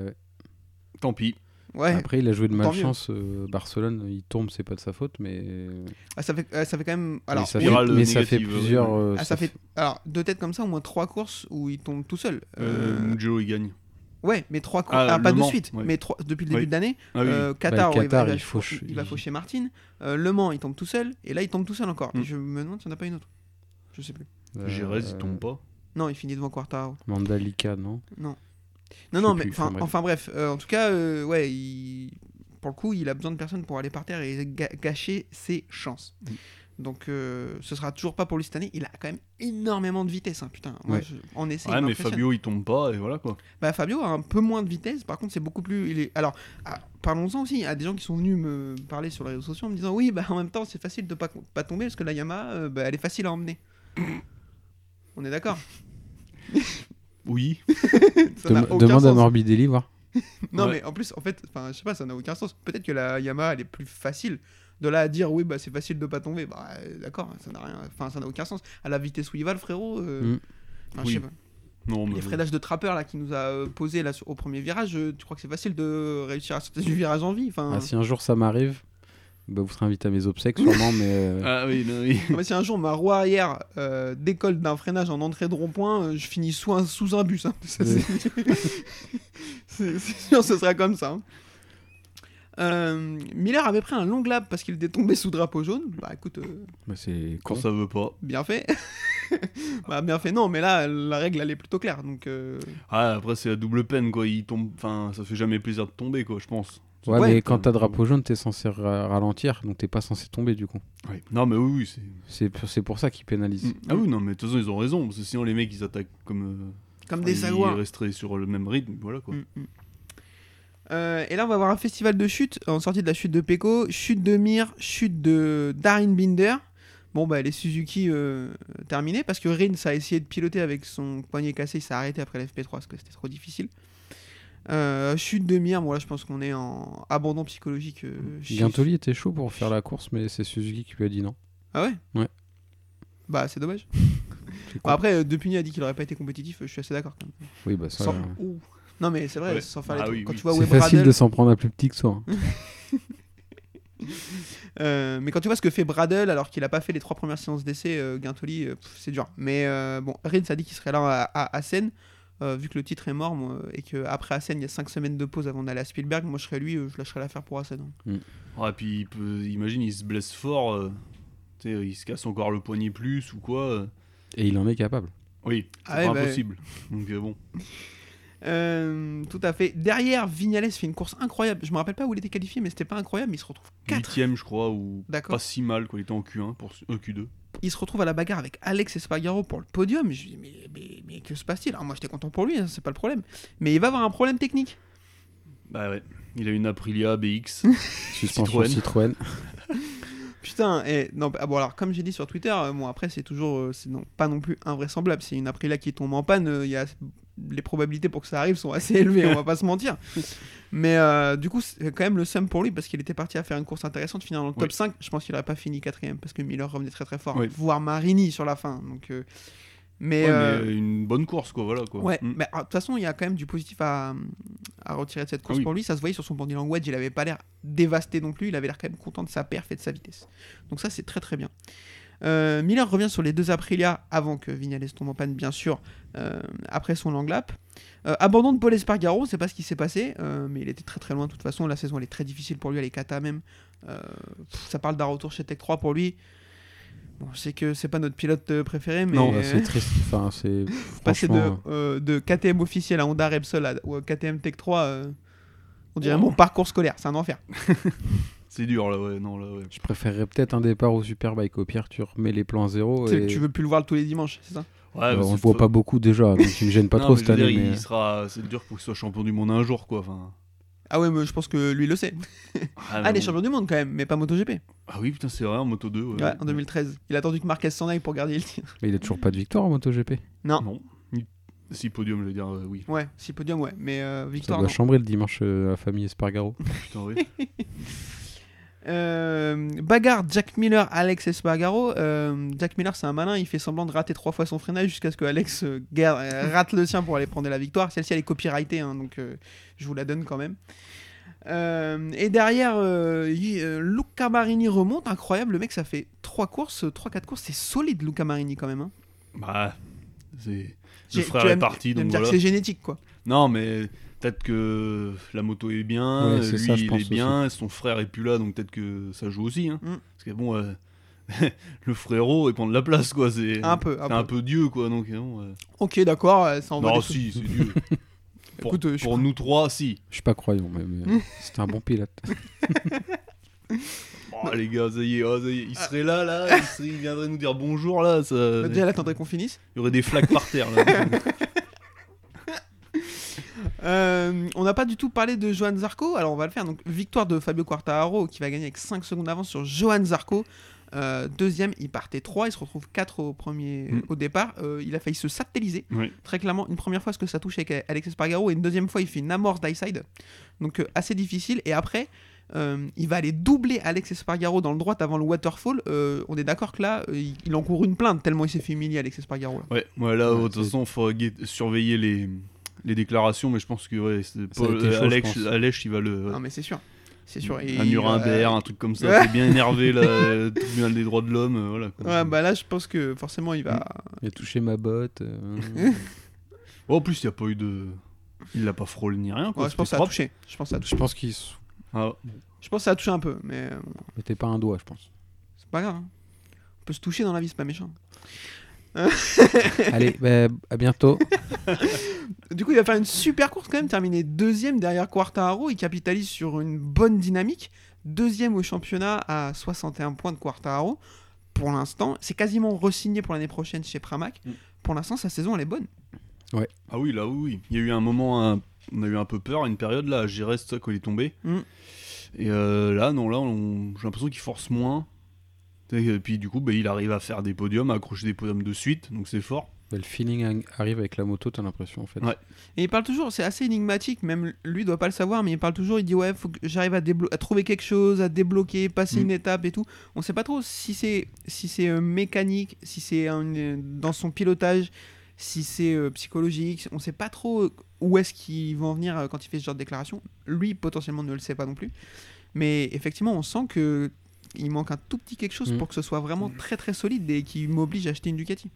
Speaker 3: Tant pis.
Speaker 2: Ouais,
Speaker 3: Ah.
Speaker 4: Après, il a joué de
Speaker 2: Eh, tant
Speaker 4: malchance. euh, Barcelone, il tombe, c'est pas de sa faute, mais. euh,
Speaker 2: Ah, ça, fait, ah, ça fait quand même. Alors,
Speaker 4: mais ça,
Speaker 3: spirale
Speaker 4: fait, mais ça
Speaker 3: négative,
Speaker 4: fait
Speaker 3: ouais.
Speaker 4: plusieurs. euh,
Speaker 2: ah, ça fait... alors, deux têtes comme ça, au moins trois courses où il tombe tout seul.
Speaker 3: Euh,
Speaker 2: Euh,
Speaker 3: Mugello, il gagne.
Speaker 2: Ouais, mais trois courses.
Speaker 3: Ah,
Speaker 2: pas
Speaker 3: Le
Speaker 2: de
Speaker 3: Mans,
Speaker 2: suite,
Speaker 3: ouais.
Speaker 2: mais trois... depuis le
Speaker 3: Oui.
Speaker 2: début de l'année.
Speaker 3: Ah oui.
Speaker 2: Euh, Qatar, ouais,
Speaker 4: Bah, le
Speaker 2: il va-
Speaker 4: Qatar,
Speaker 2: il va,
Speaker 4: il fauche-
Speaker 2: il... va
Speaker 4: il-
Speaker 2: faucher Martine. Euh, le Mans, il tombe tout seul. Et là, il tombe tout seul encore.
Speaker 3: Mm.
Speaker 2: Et je me demande s'il n'y en a pas une autre. Je sais plus.
Speaker 4: euh,
Speaker 3: Gérez, il tombe pas.
Speaker 2: Non, il finit devant Quartaro.
Speaker 4: Mandalika, non
Speaker 2: Non,
Speaker 4: Je
Speaker 2: non,
Speaker 4: sais
Speaker 2: mais
Speaker 4: plus,
Speaker 2: enfin
Speaker 4: enfin,
Speaker 2: bref,
Speaker 4: bref.
Speaker 2: enfin, bref. Euh, en tout cas, euh, ouais, il- pour le coup, il a besoin de personne pour aller par terre et ga- gâcher ses chances.
Speaker 3: Oui.
Speaker 2: Donc, euh, ce sera toujours pas pour lui cette année. Il a quand même énormément de vitesse, hein, putain. Moi,
Speaker 4: Ouais.
Speaker 2: je- en essai, il
Speaker 3: Ouais, mais
Speaker 2: m'impressionne.
Speaker 3: Fabio, il tombe pas, et voilà quoi.
Speaker 2: Bah, Fabio a un peu moins de vitesse, par contre, c'est beaucoup plus. Il est... Alors, ah, parlons-en aussi à des gens qui sont venus me parler sur les réseaux sociaux en me disant Oui, bah en même temps, c'est facile de pas, pas tomber parce que la Yamaha, euh, bah, elle est facile à emmener. On est d'accord
Speaker 3: Oui.
Speaker 2: Ça n'a
Speaker 4: Dem-
Speaker 2: aucun
Speaker 4: Demande à
Speaker 2: sens.
Speaker 4: Morbidelli, voir.
Speaker 2: Non,
Speaker 3: Ouais.
Speaker 2: mais en plus, en fait, enfin, je sais pas, ça n'a aucun sens. Peut-être que la Yamaha, elle est plus facile. De là à dire oui, bah c'est facile de pas tomber, bah euh, d'accord, ça n'a rien, enfin ça n'a aucun sens. À la vitesse où il va, le frérot, euh,
Speaker 4: Mm.
Speaker 2: enfin,
Speaker 3: Oui.
Speaker 2: je sais pas.
Speaker 3: Non, mais.
Speaker 2: Les freinages de trappeur là qui nous a euh, posé là sur- au premier virage, euh, tu crois que c'est facile de réussir à sauter du virage en vie Enfin,
Speaker 4: Ah, si un jour ça m'arrive, bah, vous serez invité à mes obsèques sûrement, mais euh,
Speaker 3: Ah oui, non, oui.
Speaker 2: Non, mais si un jour ma roue arrière euh, décolle d'un freinage en entrée de rond-point, euh, je finis sous un, sous un bus. hein. Ça, c'est- c'est c'est sûr, ce sera comme ça. hein. Euh, Miller avait pris un long lap parce qu'il était tombé sous drapeau jaune. Bah écoute, euh,
Speaker 4: bah, c'est
Speaker 3: quand
Speaker 4: con.
Speaker 3: ça veut pas.
Speaker 2: bien fait. bah bien fait, non, mais là la règle elle est plutôt claire. Donc euh,
Speaker 3: Ah, après, c'est la double peine quoi. Il tombe. Enfin, ça fait jamais plaisir de tomber quoi, je pense.
Speaker 4: Ouais,
Speaker 2: Ouais,
Speaker 4: mais quand t'as drapeau jaune, t'es censé ra- ralentir, donc t'es pas censé tomber du coup.
Speaker 3: Ouais. Non, mais oui, Mm. oui, c'est.
Speaker 4: C'est pour, c'est pour ça qu'ils pénalisent.
Speaker 2: Mm.
Speaker 3: Ah oui, non, mais de toute façon, ils ont raison, parce que sinon, les mecs, ils attaquent comme.
Speaker 2: comme
Speaker 3: euh,
Speaker 2: des
Speaker 3: ils
Speaker 2: sagouins.
Speaker 3: resteraient sur le même rythme, voilà quoi.
Speaker 2: Mm, mm. Euh, et là, on va avoir un festival de chute en sortie de la chute de Peko, chute de Mir, chute de Darin Binder. Bon, bah, les Suzuki euh, terminés parce que Rins a essayé de piloter avec son poignet cassé, il s'est arrêté après l'FP3 parce que c'était trop difficile. Euh, chute de Mir, bon, là, je pense qu'on est en abandon psychologique. euh, chez-
Speaker 4: Gintoli était chaud pour faire la course, mais c'est Suzuki qui lui a dit non.
Speaker 2: Ah ouais
Speaker 4: Ouais.
Speaker 2: Bah, c'est dommage.
Speaker 4: C'est con.
Speaker 2: Bah, après, euh, Depugny a dit qu'il aurait pas été compétitif, euh, je suis assez d'accord quand même.
Speaker 4: Oui, bah ça.
Speaker 2: Sans- Bah,
Speaker 4: euh,
Speaker 2: Ouh. Non, mais c'est vrai,
Speaker 3: Ouais.
Speaker 2: sans faire
Speaker 3: Ah
Speaker 2: les trucs.
Speaker 3: oui,
Speaker 2: Quand
Speaker 3: oui.
Speaker 2: tu vois
Speaker 4: C'est
Speaker 2: Webradel-
Speaker 4: facile de s'en prendre à plus petit que soi.
Speaker 2: Mm.
Speaker 4: hein.
Speaker 2: Euh, mais quand tu vois ce que fait Bradle, alors qu'il a pas fait les trois premières séances d'essai, euh, Guintoli, euh, pff, c'est dur. Mais euh, bon, Rins a dit qu'il serait là à, à Assen, euh, vu que le titre est mort, moi, et qu'après Assen, il y a cinq semaines de pause avant d'aller à Spielberg. Moi, je serais lui, euh, je lâcherais l'affaire pour Assen. hein.
Speaker 3: Ah, puis, il peut- imagine, il se blesse fort, euh, tu sais, il se casse encore le poignet plus ou quoi. euh.
Speaker 4: Et il en est capable.
Speaker 3: Oui, c'est
Speaker 2: Ah ouais,
Speaker 3: pas
Speaker 2: bah-
Speaker 3: impossible. Donc, euh, bon.
Speaker 2: Euh, tout à fait. Derrière, Vignales fait une course incroyable. Je me rappelle pas où il était qualifié, mais c'était pas incroyable. mais Il se retrouve 4.
Speaker 3: Huitième, je crois, ou
Speaker 2: D'accord.
Speaker 3: pas si mal, quoi. Il était en Q1, pour... euh, Q2.
Speaker 2: il se retrouve à la bagarre avec Alex Espargaro pour le podium. Je lui dis, mais, mais, mais que se passe-t-il Alors, moi, j'étais content pour lui, hein, c'est pas le problème. Mais il va avoir un problème technique.
Speaker 3: Bah ouais, il a une Aprilia BX.
Speaker 4: Suspension Citroën.
Speaker 2: Putain, et non, ah bon, alors comme j'ai dit sur Twitter, euh, bon après c'est toujours, euh, c'est non, pas non plus invraisemblable. C'est une Aprilia qui tombe en panne, euh, il y a, les probabilités pour que ça arrive sont assez élevées, on va pas se mentir. Mais euh, du coup, c'est quand même le seum pour lui parce qu'il était parti à faire une course intéressante, finir dans le top
Speaker 3: Oui.
Speaker 2: 5. Je pense qu'il aurait pas fini quatrième parce que Miller revenait très très fort,
Speaker 3: Oui.
Speaker 2: voire Marini sur la fin. Donc, euh, mais,
Speaker 3: Ouais, mais,
Speaker 2: euh,
Speaker 3: euh, une bonne course, quoi, voilà quoi.
Speaker 2: Ouais,
Speaker 3: Mm.
Speaker 2: mais ah, de toute façon, il y a quand même du positif à, à retirer de cette course
Speaker 3: Ah oui.
Speaker 2: pour lui. Ça se voyait sur son bandit language, il avait pas l'air dévasté non plus, il avait l'air quand même content de sa perf et de sa vitesse. Donc ça, c'est très très bien. Euh, Miller revient sur les deux Aprilia avant que Vignales tombe en panne, bien sûr, euh, après son long lap. Euh, abandon de Paul Espargaro, on sait pas ce qui s'est passé, euh, mais il était très très loin de toute façon. La saison elle est très difficile pour lui, elle est cata même. Euh, pff, ça parle d'un retour chez Tech 3 pour lui. Bon, je sais que c'est pas notre pilote euh, préféré, mais
Speaker 4: Non, bah, c'est triste. Enfin, c'est.
Speaker 2: passer de,
Speaker 4: franchement,
Speaker 2: euh, de KTM officiel à Honda Repsol à- ou à KTM Tech 3, euh, on dirait
Speaker 3: Oh.
Speaker 2: mon parcours scolaire, c'est un enfer.
Speaker 3: C'est dur, là, ouais. Non, là, ouais.
Speaker 4: Je préférerais peut-être un départ au Superbike. Au pire, tu remets les plans à zéro.
Speaker 2: Tu sais,
Speaker 4: Et...
Speaker 2: Tu veux plus le voir tous les dimanches, c'est ça
Speaker 3: Ouais,
Speaker 4: Euh,
Speaker 3: Ah, parce
Speaker 4: on
Speaker 3: que
Speaker 4: le voit
Speaker 3: faut-
Speaker 4: pas beaucoup déjà, donc il me gêne pas
Speaker 3: Non,
Speaker 4: trop
Speaker 3: mais je veux
Speaker 4: cette
Speaker 3: dire,
Speaker 4: année.
Speaker 3: il
Speaker 4: mais- euh.
Speaker 3: sera... C'est dur pour qu'il soit champion du monde un jour, quoi. Enfin,
Speaker 2: Ah ouais, mais je pense que lui le sait.
Speaker 3: Ah,
Speaker 2: Ah,
Speaker 3: mais
Speaker 2: les
Speaker 3: bon.
Speaker 2: champions du monde quand même, mais pas MotoGP.
Speaker 3: Ah oui, putain, c'est vrai, en moto 2. Ouais.
Speaker 2: Ouais, en 2013. Il a attendu que Marquez s'en aille pour garder le titre.
Speaker 4: Mais il a toujours pas de victoire en MotoGP.
Speaker 3: Non. Si, podium, je veux dire, euh, oui.
Speaker 2: Ouais, si podium, ouais, mais euh,
Speaker 4: Ça
Speaker 2: victoire.
Speaker 4: doit
Speaker 2: Non.
Speaker 4: chambrer le dimanche euh, à la famille Espargaro.
Speaker 3: Putain, oui.
Speaker 2: Euh, bagarre Jack Miller, Alex Espargaro. Euh, Jack Miller, c'est un malin, il fait semblant de rater trois fois son freinage jusqu'à ce que Alex euh, gar- euh, rate le sien pour aller prendre la victoire. Celle-ci, elle est copyrightée, hein, donc euh, je vous la donne quand même. Euh, et derrière, euh, y- euh, Luca Marini remonte, incroyable, le mec ça fait 3 courses, 3-4 courses, c'est solide Luca Marini quand même. hein.
Speaker 3: Bah, c'est.
Speaker 2: J'ai-
Speaker 3: Le
Speaker 2: tu
Speaker 3: frère
Speaker 2: vas
Speaker 3: est
Speaker 2: me-
Speaker 3: parti,
Speaker 2: tu vas
Speaker 3: donc
Speaker 2: me dire que
Speaker 3: voilà.
Speaker 2: c'est génétique quoi.
Speaker 3: Non, mais peut-être que la moto est bien,
Speaker 4: Ouais, c'est
Speaker 3: lui
Speaker 4: ça, je
Speaker 3: il
Speaker 4: pense
Speaker 3: est bien, son frère est plus là, donc peut-être que ça joue aussi. Hein.
Speaker 2: Mm.
Speaker 3: Parce que bon, euh, le frérot, il prend de la place, quoi. C'est
Speaker 2: Un peu, un
Speaker 3: c'est
Speaker 2: peu.
Speaker 3: un peu Dieu, quoi. Donc, non, euh,
Speaker 2: Ok, d'accord, euh, ça envoie
Speaker 3: non
Speaker 2: des trucs.
Speaker 3: si, c'est Dieu. Pour,
Speaker 2: Écoute, euh, je suis
Speaker 3: pour nous trois, si.
Speaker 4: Je suis pas croyant, mais, mais c'était un bon pilote.
Speaker 3: Oh, les gars, ça y est, oh, ça y est, il serait là, là, il, serait- il viendrait nous dire bonjour, là. Ça...
Speaker 2: Bah,
Speaker 3: Il
Speaker 2: Ah. déjà, elle attendrait qu'on finisse.
Speaker 3: y aurait des flaques par terre, là.
Speaker 2: Euh, on n'a pas du tout parlé de Johan Zarco, alors on va le faire. Donc, victoire de Fabio Quartararo qui va gagner avec 5 secondes d'avance sur Johan Zarco. Euh, deuxième, il partait 3, il se retrouve 4 au, premier,
Speaker 3: Mm.
Speaker 2: au départ. Euh, il a failli se satelliser.
Speaker 3: Ouais.
Speaker 2: Très clairement, une première fois, ce que ça touche avec Alex Espargaro, et une deuxième fois, il fait une amorce d'highside. Donc, euh, assez difficile. Et après, euh, il va aller doubler Alex Espargaro dans le droit avant le waterfall. Euh, on est d'accord que là, euh, il, il encourt une plainte tellement il s'est fait humilier, Alex Espargaro. là.
Speaker 3: Ouais, ouais, là,
Speaker 4: Ouais,
Speaker 3: de toute
Speaker 4: c'est-
Speaker 3: façon, il faudra guet- surveiller les, les déclarations, mais je pense que ouais, c'est-
Speaker 4: Ça a
Speaker 3: Paul- euh,
Speaker 4: été chaud, je
Speaker 3: Alex,
Speaker 4: pense.
Speaker 3: Alex, il va le.
Speaker 2: Non, mais c'est sûr. C'est sûr. Et,
Speaker 3: Mm. un Nuremberg,
Speaker 2: euh,
Speaker 3: un truc comme ça, c'est bien énervé, là, le tribunal des droits de l'homme, euh, voilà. quoi.
Speaker 2: Ouais, bah là, je pense que forcément,
Speaker 3: Mm.
Speaker 2: il va.
Speaker 4: Il a touché ma botte. euh,
Speaker 3: Oh, en plus, il n'y a pas eu de. Il l'a pas frôlé ni rien, quoi.
Speaker 2: Ouais, je pense que
Speaker 3: c'était
Speaker 2: ça a
Speaker 3: propre.
Speaker 2: touché. Je pense que ça a touché.
Speaker 4: je pense qu'il se
Speaker 3: Ah,
Speaker 2: Je pense que ça a touché un peu, mais euh,
Speaker 4: mettait pas un doigt, je pense.
Speaker 2: c'est pas grave. hein. On peut se toucher dans la vie, c'est pas méchant.
Speaker 4: Allez, bah, à bientôt.
Speaker 2: Du coup, il va faire une super course quand même, terminer deuxième derrière Quartaro. Il capitalise sur une bonne dynamique. Deuxième au championnat à 61 points de Quartaro. Pour l'instant, c'est quasiment re-signé pour l'année prochaine chez Pramac.
Speaker 3: Mm.
Speaker 2: Pour l'instant, sa saison, elle est bonne.
Speaker 3: Ah oui, là, oui, oui. Il y a eu un moment, un- on a eu un peu peur, une période, là, à Gérest, ça, quand il est tombé.
Speaker 2: Mm.
Speaker 3: Et euh, là, non, là, on- j'ai l'impression qu'il force moins. Et puis, du coup, bah, il arrive à faire des podiums, à accrocher des podiums de suite, donc c'est fort.
Speaker 4: Bah, le feeling ang- arrive avec la moto, t'as l'impression en fait.
Speaker 3: Ouais.
Speaker 2: Et il parle toujours, c'est assez énigmatique, même lui doit pas le savoir, mais il parle toujours, il dit ouais, faut que j'arrive à, déblo- à trouver quelque chose, à débloquer, passer
Speaker 3: Mm.
Speaker 2: une étape et tout. On sait pas trop si c'est si c'est euh, mécanique, si c'est un- euh, dans son pilotage, si c'est euh, psychologique, on sait pas trop euh, où est-ce qu'il va en venir euh, quand il fait ce genre de déclaration. Lui potentiellement ne le sait pas non plus. Mais effectivement, on sent que il manque un tout petit quelque chose
Speaker 4: Mm.
Speaker 2: pour que ce soit vraiment très très solide et qui m'oblige à acheter une Ducati.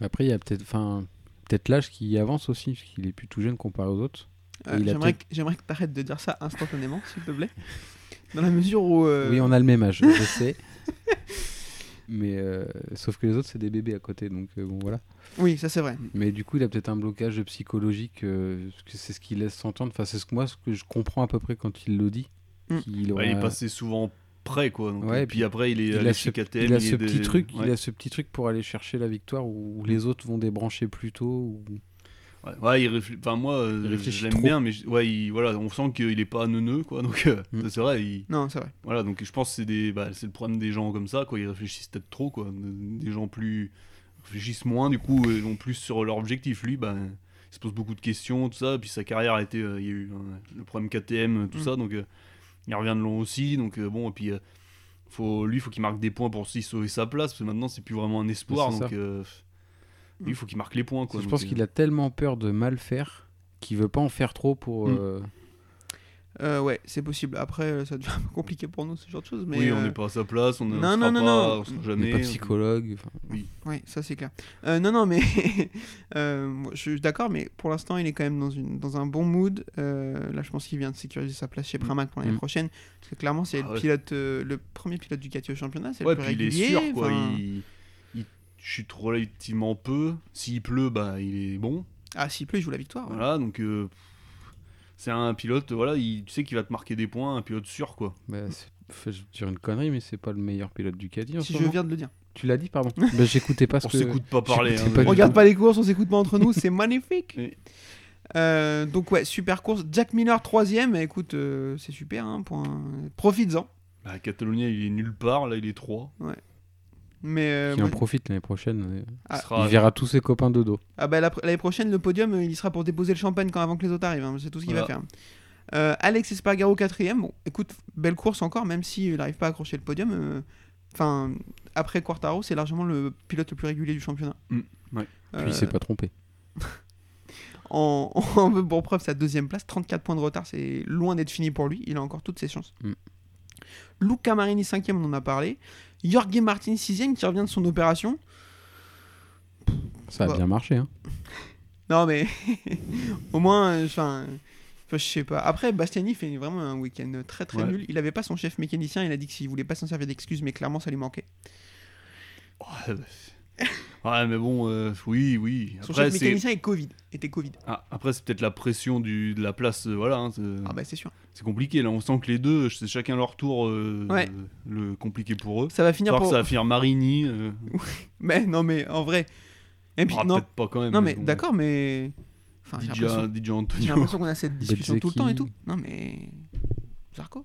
Speaker 4: Mais Après, il y a peut-être enfin, peut l'âge qui avance aussi, parce qu'il est plus tout jeune comparé aux autres.
Speaker 2: Euh,
Speaker 4: Il a
Speaker 2: J'aimerais que, j'aimerais que t'arrêtes de dire ça instantanément, s'il te plaît. Dans la mesure où. euh,
Speaker 4: Oui, on a le même âge, je sais. Mais euh, sauf que les autres, c'est des bébés à côté, donc euh, bon voilà.
Speaker 2: oui, ça c'est vrai.
Speaker 4: Mais du coup, il a peut-être un blocage psychologique, euh, parce que c'est ce qu'il laisse s'entendre. Enfin, c'est ce que moi, ce que je comprends à peu près quand il le dit.
Speaker 2: Mm.
Speaker 4: qu'il
Speaker 3: Bah, il est
Speaker 4: aura-
Speaker 3: passé souvent près, quoi. donc,
Speaker 4: Ouais,
Speaker 3: et puis après, il est
Speaker 4: il
Speaker 3: allé
Speaker 4: a
Speaker 3: chez
Speaker 4: ce,
Speaker 3: KTM.
Speaker 4: il a
Speaker 3: il est
Speaker 4: ce petit
Speaker 3: des-
Speaker 4: truc,
Speaker 3: ouais.
Speaker 4: il a ce petit truc pour aller chercher la victoire où, où les autres vont débrancher plus tôt. Ou...
Speaker 3: Ouais, ouais, il réfléchit. Enfin, moi, euh,
Speaker 4: Il réfléchit
Speaker 3: je l'aime
Speaker 4: trop.
Speaker 3: bien, mais je- ouais, il- voilà, on sent qu'il est pas neuneux, quoi. Donc, euh,
Speaker 4: Mm.
Speaker 3: ça, c'est vrai. il-
Speaker 2: Non, c'est vrai.
Speaker 3: Voilà, donc je pense que c'est des, bah, c'est le problème des gens comme ça, quoi. Ils réfléchissent peut-être trop, quoi. Des gens plus réfléchissent moins, du coup, ils vont plus sur leur objectif. Lui, bah, il se pose beaucoup de questions, tout ça. Puis sa carrière a été, euh, il y a eu hein, le problème KTM, tout
Speaker 2: Mm.
Speaker 3: ça, donc euh, il revient de long aussi. Donc euh, bon, et puis euh, faut, lui, faut qu'il marque des points pour aussi sauver sa place, parce que maintenant c'est plus vraiment un espoir,
Speaker 4: Ouais, c'est
Speaker 3: donc
Speaker 4: ça.
Speaker 3: euh, lui, il faut qu'il marque les points, quoi.
Speaker 4: je
Speaker 3: donc,
Speaker 4: pense
Speaker 3: euh,
Speaker 4: qu'il a tellement peur de mal faire qu'il veut pas en faire trop pour.
Speaker 3: Mm.
Speaker 4: euh,
Speaker 2: Euh, ouais, c'est possible. Après, euh, ça devient un peu compliqué pour nous, ce genre de choses. Mais,
Speaker 3: oui, on
Speaker 2: euh,
Speaker 3: n'est pas à sa place, on ne
Speaker 2: non,
Speaker 3: sera
Speaker 2: non, non,
Speaker 3: pas,
Speaker 2: non.
Speaker 3: on sera
Speaker 4: il est
Speaker 3: jamais.
Speaker 4: pas psychologue. enfin,
Speaker 2: ouais, ça c'est clair. Euh, non, non, mais. euh, moi, je suis d'accord, mais pour l'instant, il est quand même dans, une, dans un bon mood. Euh, là, je pense qu'il vient de sécuriser sa place chez Pramac pour l'année
Speaker 4: Mm.
Speaker 2: prochaine. Parce que clairement, c'est
Speaker 3: Ah
Speaker 2: le,
Speaker 3: ouais.
Speaker 2: pilote, euh, le premier pilote Ducati au championnat. C'est
Speaker 3: ouais,
Speaker 2: le plus
Speaker 3: puis il est
Speaker 2: régulier.
Speaker 3: sûr, quoi.
Speaker 2: enfin,
Speaker 3: Il, il chute relativement peu. S'il pleut, bah, il est bon.
Speaker 2: Ah, s'il pleut, il joue la victoire. ouais.
Speaker 3: Voilà, donc euh, pff, c'est un pilote, voilà, il, tu sais qu'il va te marquer des points, un pilote sûr, quoi.
Speaker 4: bah, c'est- enfin, je vais dire une connerie, mais c'est pas le meilleur pilote du Caddy. en
Speaker 2: Si
Speaker 4: ce
Speaker 2: je
Speaker 4: moment.
Speaker 2: viens de le dire.
Speaker 4: Tu l'as dit, pardon. bah, J'écoutais pas ce
Speaker 3: On
Speaker 4: que.
Speaker 3: s'écoute pas parler. hein,
Speaker 4: j'écoutais pas
Speaker 3: mais-
Speaker 4: du
Speaker 2: On regarde pas les courses, on s'écoute pas entre nous, c'est magnifique.
Speaker 3: Oui.
Speaker 2: Euh, donc ouais, super course. Jack Miller troisième, Eh, écoute, euh, c'est super, hein, pour un- profites-en.
Speaker 3: Bah, Catalunya, il est nulle part, là, il est 3.
Speaker 2: Mais euh,
Speaker 4: Qui en
Speaker 2: moi-
Speaker 4: profite l'année prochaine. euh,
Speaker 2: Ah,
Speaker 4: Il verra tous ses copains de dos.
Speaker 2: ah bah, la pr- l'année prochaine, le podium, euh, il y sera pour déposer le champagne quand avant que les autres arrivent. hein. C'est tout ce qu'il va faire. Euh, Alex Espargaro quatrième. Bon, écoute, belle course encore, même s'il n'arrive pas à accrocher le podium. euh, Enfin, après Quartaro, c'est largement le pilote le plus régulier du championnat.
Speaker 3: Mm,
Speaker 4: ouais.
Speaker 2: Euh,
Speaker 4: Puis il s'est pas trompé.
Speaker 2: en, en veut pour preuve sa deuxième place. 34 points de retard, c'est loin d'être fini pour lui. Il a encore toutes ses chances.
Speaker 4: Mm.
Speaker 2: Luca Marini, cinquième, on en a parlé. Jorge Martin, sixième, qui revient de son opération.
Speaker 4: Ça a
Speaker 2: Bah.
Speaker 4: bien marché. Hein.
Speaker 2: Non, mais au moins, euh, enfin. euh, enfin, je sais pas. Après, Bastiani fait vraiment un week-end très très
Speaker 3: Ouais.
Speaker 2: nul. Il avait pas son chef mécanicien. Il a dit que s'il voulait pas s'en servir d'excuse, mais clairement ça lui manquait.
Speaker 3: Ouais, bah, c'est- ouais, mais bon, euh, oui, oui.
Speaker 2: Son
Speaker 3: Après,
Speaker 2: chef
Speaker 3: c'est
Speaker 2: mécanicien est Covid. Était Covid.
Speaker 3: ah, après, c'est peut-être la pression du, de la place, euh, voilà. hein, c'est
Speaker 2: Ah bah c'est sûr.
Speaker 3: c'est compliqué, là, on sent que les deux, c'est chacun leur tour, euh,
Speaker 2: Ouais.
Speaker 3: le compliqué pour eux.
Speaker 2: Ça va finir
Speaker 3: Alors que
Speaker 2: pour.
Speaker 3: ça va finir Marini, euh,
Speaker 2: Mais non, mais en vrai. Et puis
Speaker 3: ah,
Speaker 2: non,
Speaker 3: peut-être pas quand même.
Speaker 2: non mais
Speaker 3: bon.
Speaker 2: d'accord, mais. Enfin, j'ai
Speaker 3: DJ,
Speaker 2: l'impression-
Speaker 3: DJ
Speaker 2: J'ai
Speaker 3: Antonio.
Speaker 2: l'impression qu'on a cette discussion tout le temps et tout. Non mais. Zarco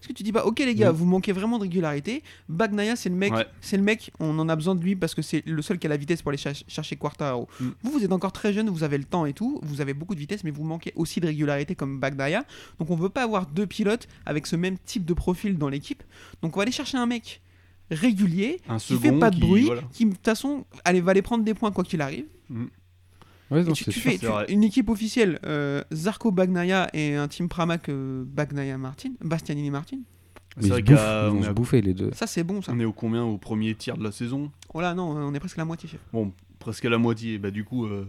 Speaker 2: Est-ce que tu dis pas, ok les gars,
Speaker 4: Oui.
Speaker 2: vous manquez vraiment de régularité. Bagnaia, c'est le mec,
Speaker 3: Ouais.
Speaker 2: c'est le mec, on en a besoin de lui parce que c'est le seul qui a la vitesse pour aller cher- chercher Quartaro.
Speaker 3: Mm.
Speaker 2: Vous, vous êtes encore très jeune, vous avez le temps et tout, vous avez beaucoup de vitesse, mais vous manquez aussi de régularité comme Bagnaia. Donc on veut pas avoir deux pilotes avec ce même type de profil dans l'équipe. Donc on va aller chercher un mec régulier,
Speaker 3: Un
Speaker 2: qui
Speaker 3: second
Speaker 2: fait pas de bruit,
Speaker 3: voilà.
Speaker 2: qui de toute façon, allez, va aller prendre des points quoi qu'il arrive.
Speaker 4: Ouais,
Speaker 2: Et
Speaker 4: non,
Speaker 2: tu,
Speaker 4: c'est
Speaker 2: tu
Speaker 4: sûr.
Speaker 2: fais tu-
Speaker 3: c'est vrai.
Speaker 2: une équipe officielle, euh, Zarco Bagnaia et un team Pramac euh, Bagnaia Martin, Bastianini Martin.
Speaker 4: Mais
Speaker 3: C'est vrai
Speaker 4: ils, bouffent,
Speaker 3: qu'à-
Speaker 4: ils
Speaker 3: on
Speaker 4: vont
Speaker 3: est
Speaker 4: se
Speaker 3: à-
Speaker 4: bouffer les deux.
Speaker 2: Ça c'est bon ça.
Speaker 4: Mm.
Speaker 3: On est au combien au premier tiers de la saison
Speaker 2: Oh là non, on est presque à la moitié chef.
Speaker 3: Bon, presque à la moitié. Bah du coup, euh,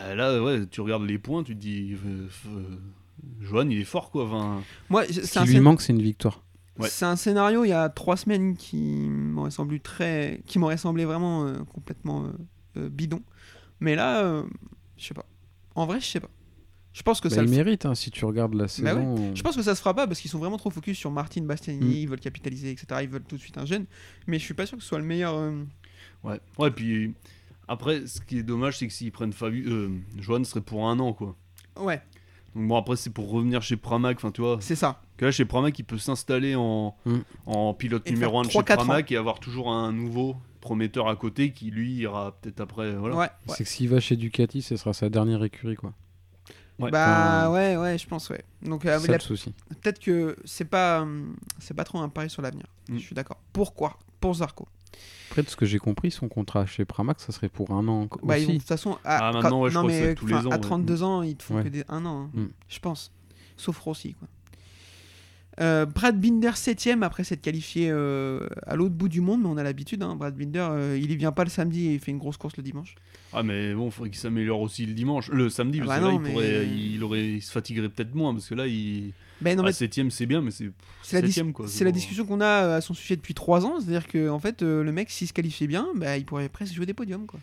Speaker 3: euh, là, ouais, tu regardes les points, tu te dis, euh, f- euh, Johan, il est fort quoi. Enfin,
Speaker 2: Moi c'est
Speaker 4: Ce
Speaker 2: un,
Speaker 4: qui lui
Speaker 2: scén-
Speaker 4: manque, c'est une victoire.
Speaker 3: ouais.
Speaker 2: c'est un scénario il y a trois semaines qui m'aurait semblé très, qui m'aurait semblé vraiment euh, complètement euh, euh, bidon. Mais là, euh, je sais pas. En vrai, je sais pas. Je pense que
Speaker 4: Bah,
Speaker 2: ça.
Speaker 4: il
Speaker 2: le f-
Speaker 4: mérite, hein, si tu regardes
Speaker 2: Bah
Speaker 4: la saison. on-
Speaker 2: Je pense que ça se fera pas parce qu'ils sont vraiment trop focus sur Martin Bastianini,
Speaker 4: Mm.
Speaker 2: ils veulent capitaliser, etc. Ils veulent tout de suite un jeune. Mais je suis pas sûr que ce soit le meilleur. euh,
Speaker 3: ouais. Ouais, puis après, ce qui est dommage, c'est que s'ils prennent Fabius, euh, Johan serait pour un an quoi.
Speaker 2: Ouais,
Speaker 3: Donc bon, après, c'est pour revenir chez Pramac. Enfin, tu vois,
Speaker 2: c'est ça.
Speaker 3: que là, chez Pramac, il peut s'installer en,
Speaker 4: Mm.
Speaker 3: en pilote
Speaker 2: Et
Speaker 3: numéro
Speaker 2: faire
Speaker 3: 1 de
Speaker 2: trois,
Speaker 3: chez
Speaker 2: quatre
Speaker 3: Pramac et avoir toujours un nouveau prometteur à côté qui lui ira peut-être après. Voilà.
Speaker 2: Ouais, ouais.
Speaker 4: C'est que s'il va chez Ducati, ce sera sa dernière écurie. quoi.
Speaker 3: Ouais.
Speaker 2: Bah ouais, ouais, je pense, ouais. Donc euh,
Speaker 4: C'est
Speaker 2: la-
Speaker 4: ça le souci.
Speaker 2: peut-être que c'est pas, hum, c'est pas trop un pari sur l'avenir.
Speaker 3: Mm.
Speaker 2: Je suis d'accord. Pourquoi Pour Zarco.
Speaker 4: Après, de ce que j'ai compris, son contrat chez Pramac, ça serait pour un an. co-
Speaker 2: Bah, ils vont- de
Speaker 4: aussi.
Speaker 2: toute façon, à,
Speaker 3: Ah, maintenant, ouais, je
Speaker 2: non,
Speaker 3: crois que ça
Speaker 2: mais,
Speaker 3: va être tous les
Speaker 2: enfin,
Speaker 3: ans,
Speaker 2: à
Speaker 3: ouais.
Speaker 2: 32 ans, ils te font
Speaker 4: Ouais.
Speaker 2: que des un an, hein.
Speaker 4: Mm.
Speaker 2: je pense. Sauf Rossi, quoi. Euh, Brad Binder 7ème après s'être qualifié euh, à l'autre bout du monde, mais on a l'habitude. hein. Brad Binder, euh, il y vient pas le samedi et il fait une grosse course le dimanche.
Speaker 3: Ah mais bon, faudrait qu'il s'améliore aussi le dimanche, le samedi,
Speaker 2: Ah bah
Speaker 3: parce que là
Speaker 2: non,
Speaker 3: il, pourrait-
Speaker 2: mais-
Speaker 3: il aurait, il se fatiguerait peut-être moins, parce que là il,
Speaker 2: Ben non, mais
Speaker 3: ah, septième c'est bien, mais c'est
Speaker 2: C'est la, dis-
Speaker 3: Septième, quoi,
Speaker 2: c'est
Speaker 3: c'est
Speaker 2: la
Speaker 3: pas-
Speaker 2: discussion qu'on a euh, à son sujet depuis 3 ans, c'est-à-dire que en fait euh, le mec s'il se qualifiait bien, bah, il pourrait presque jouer des podiums quoi.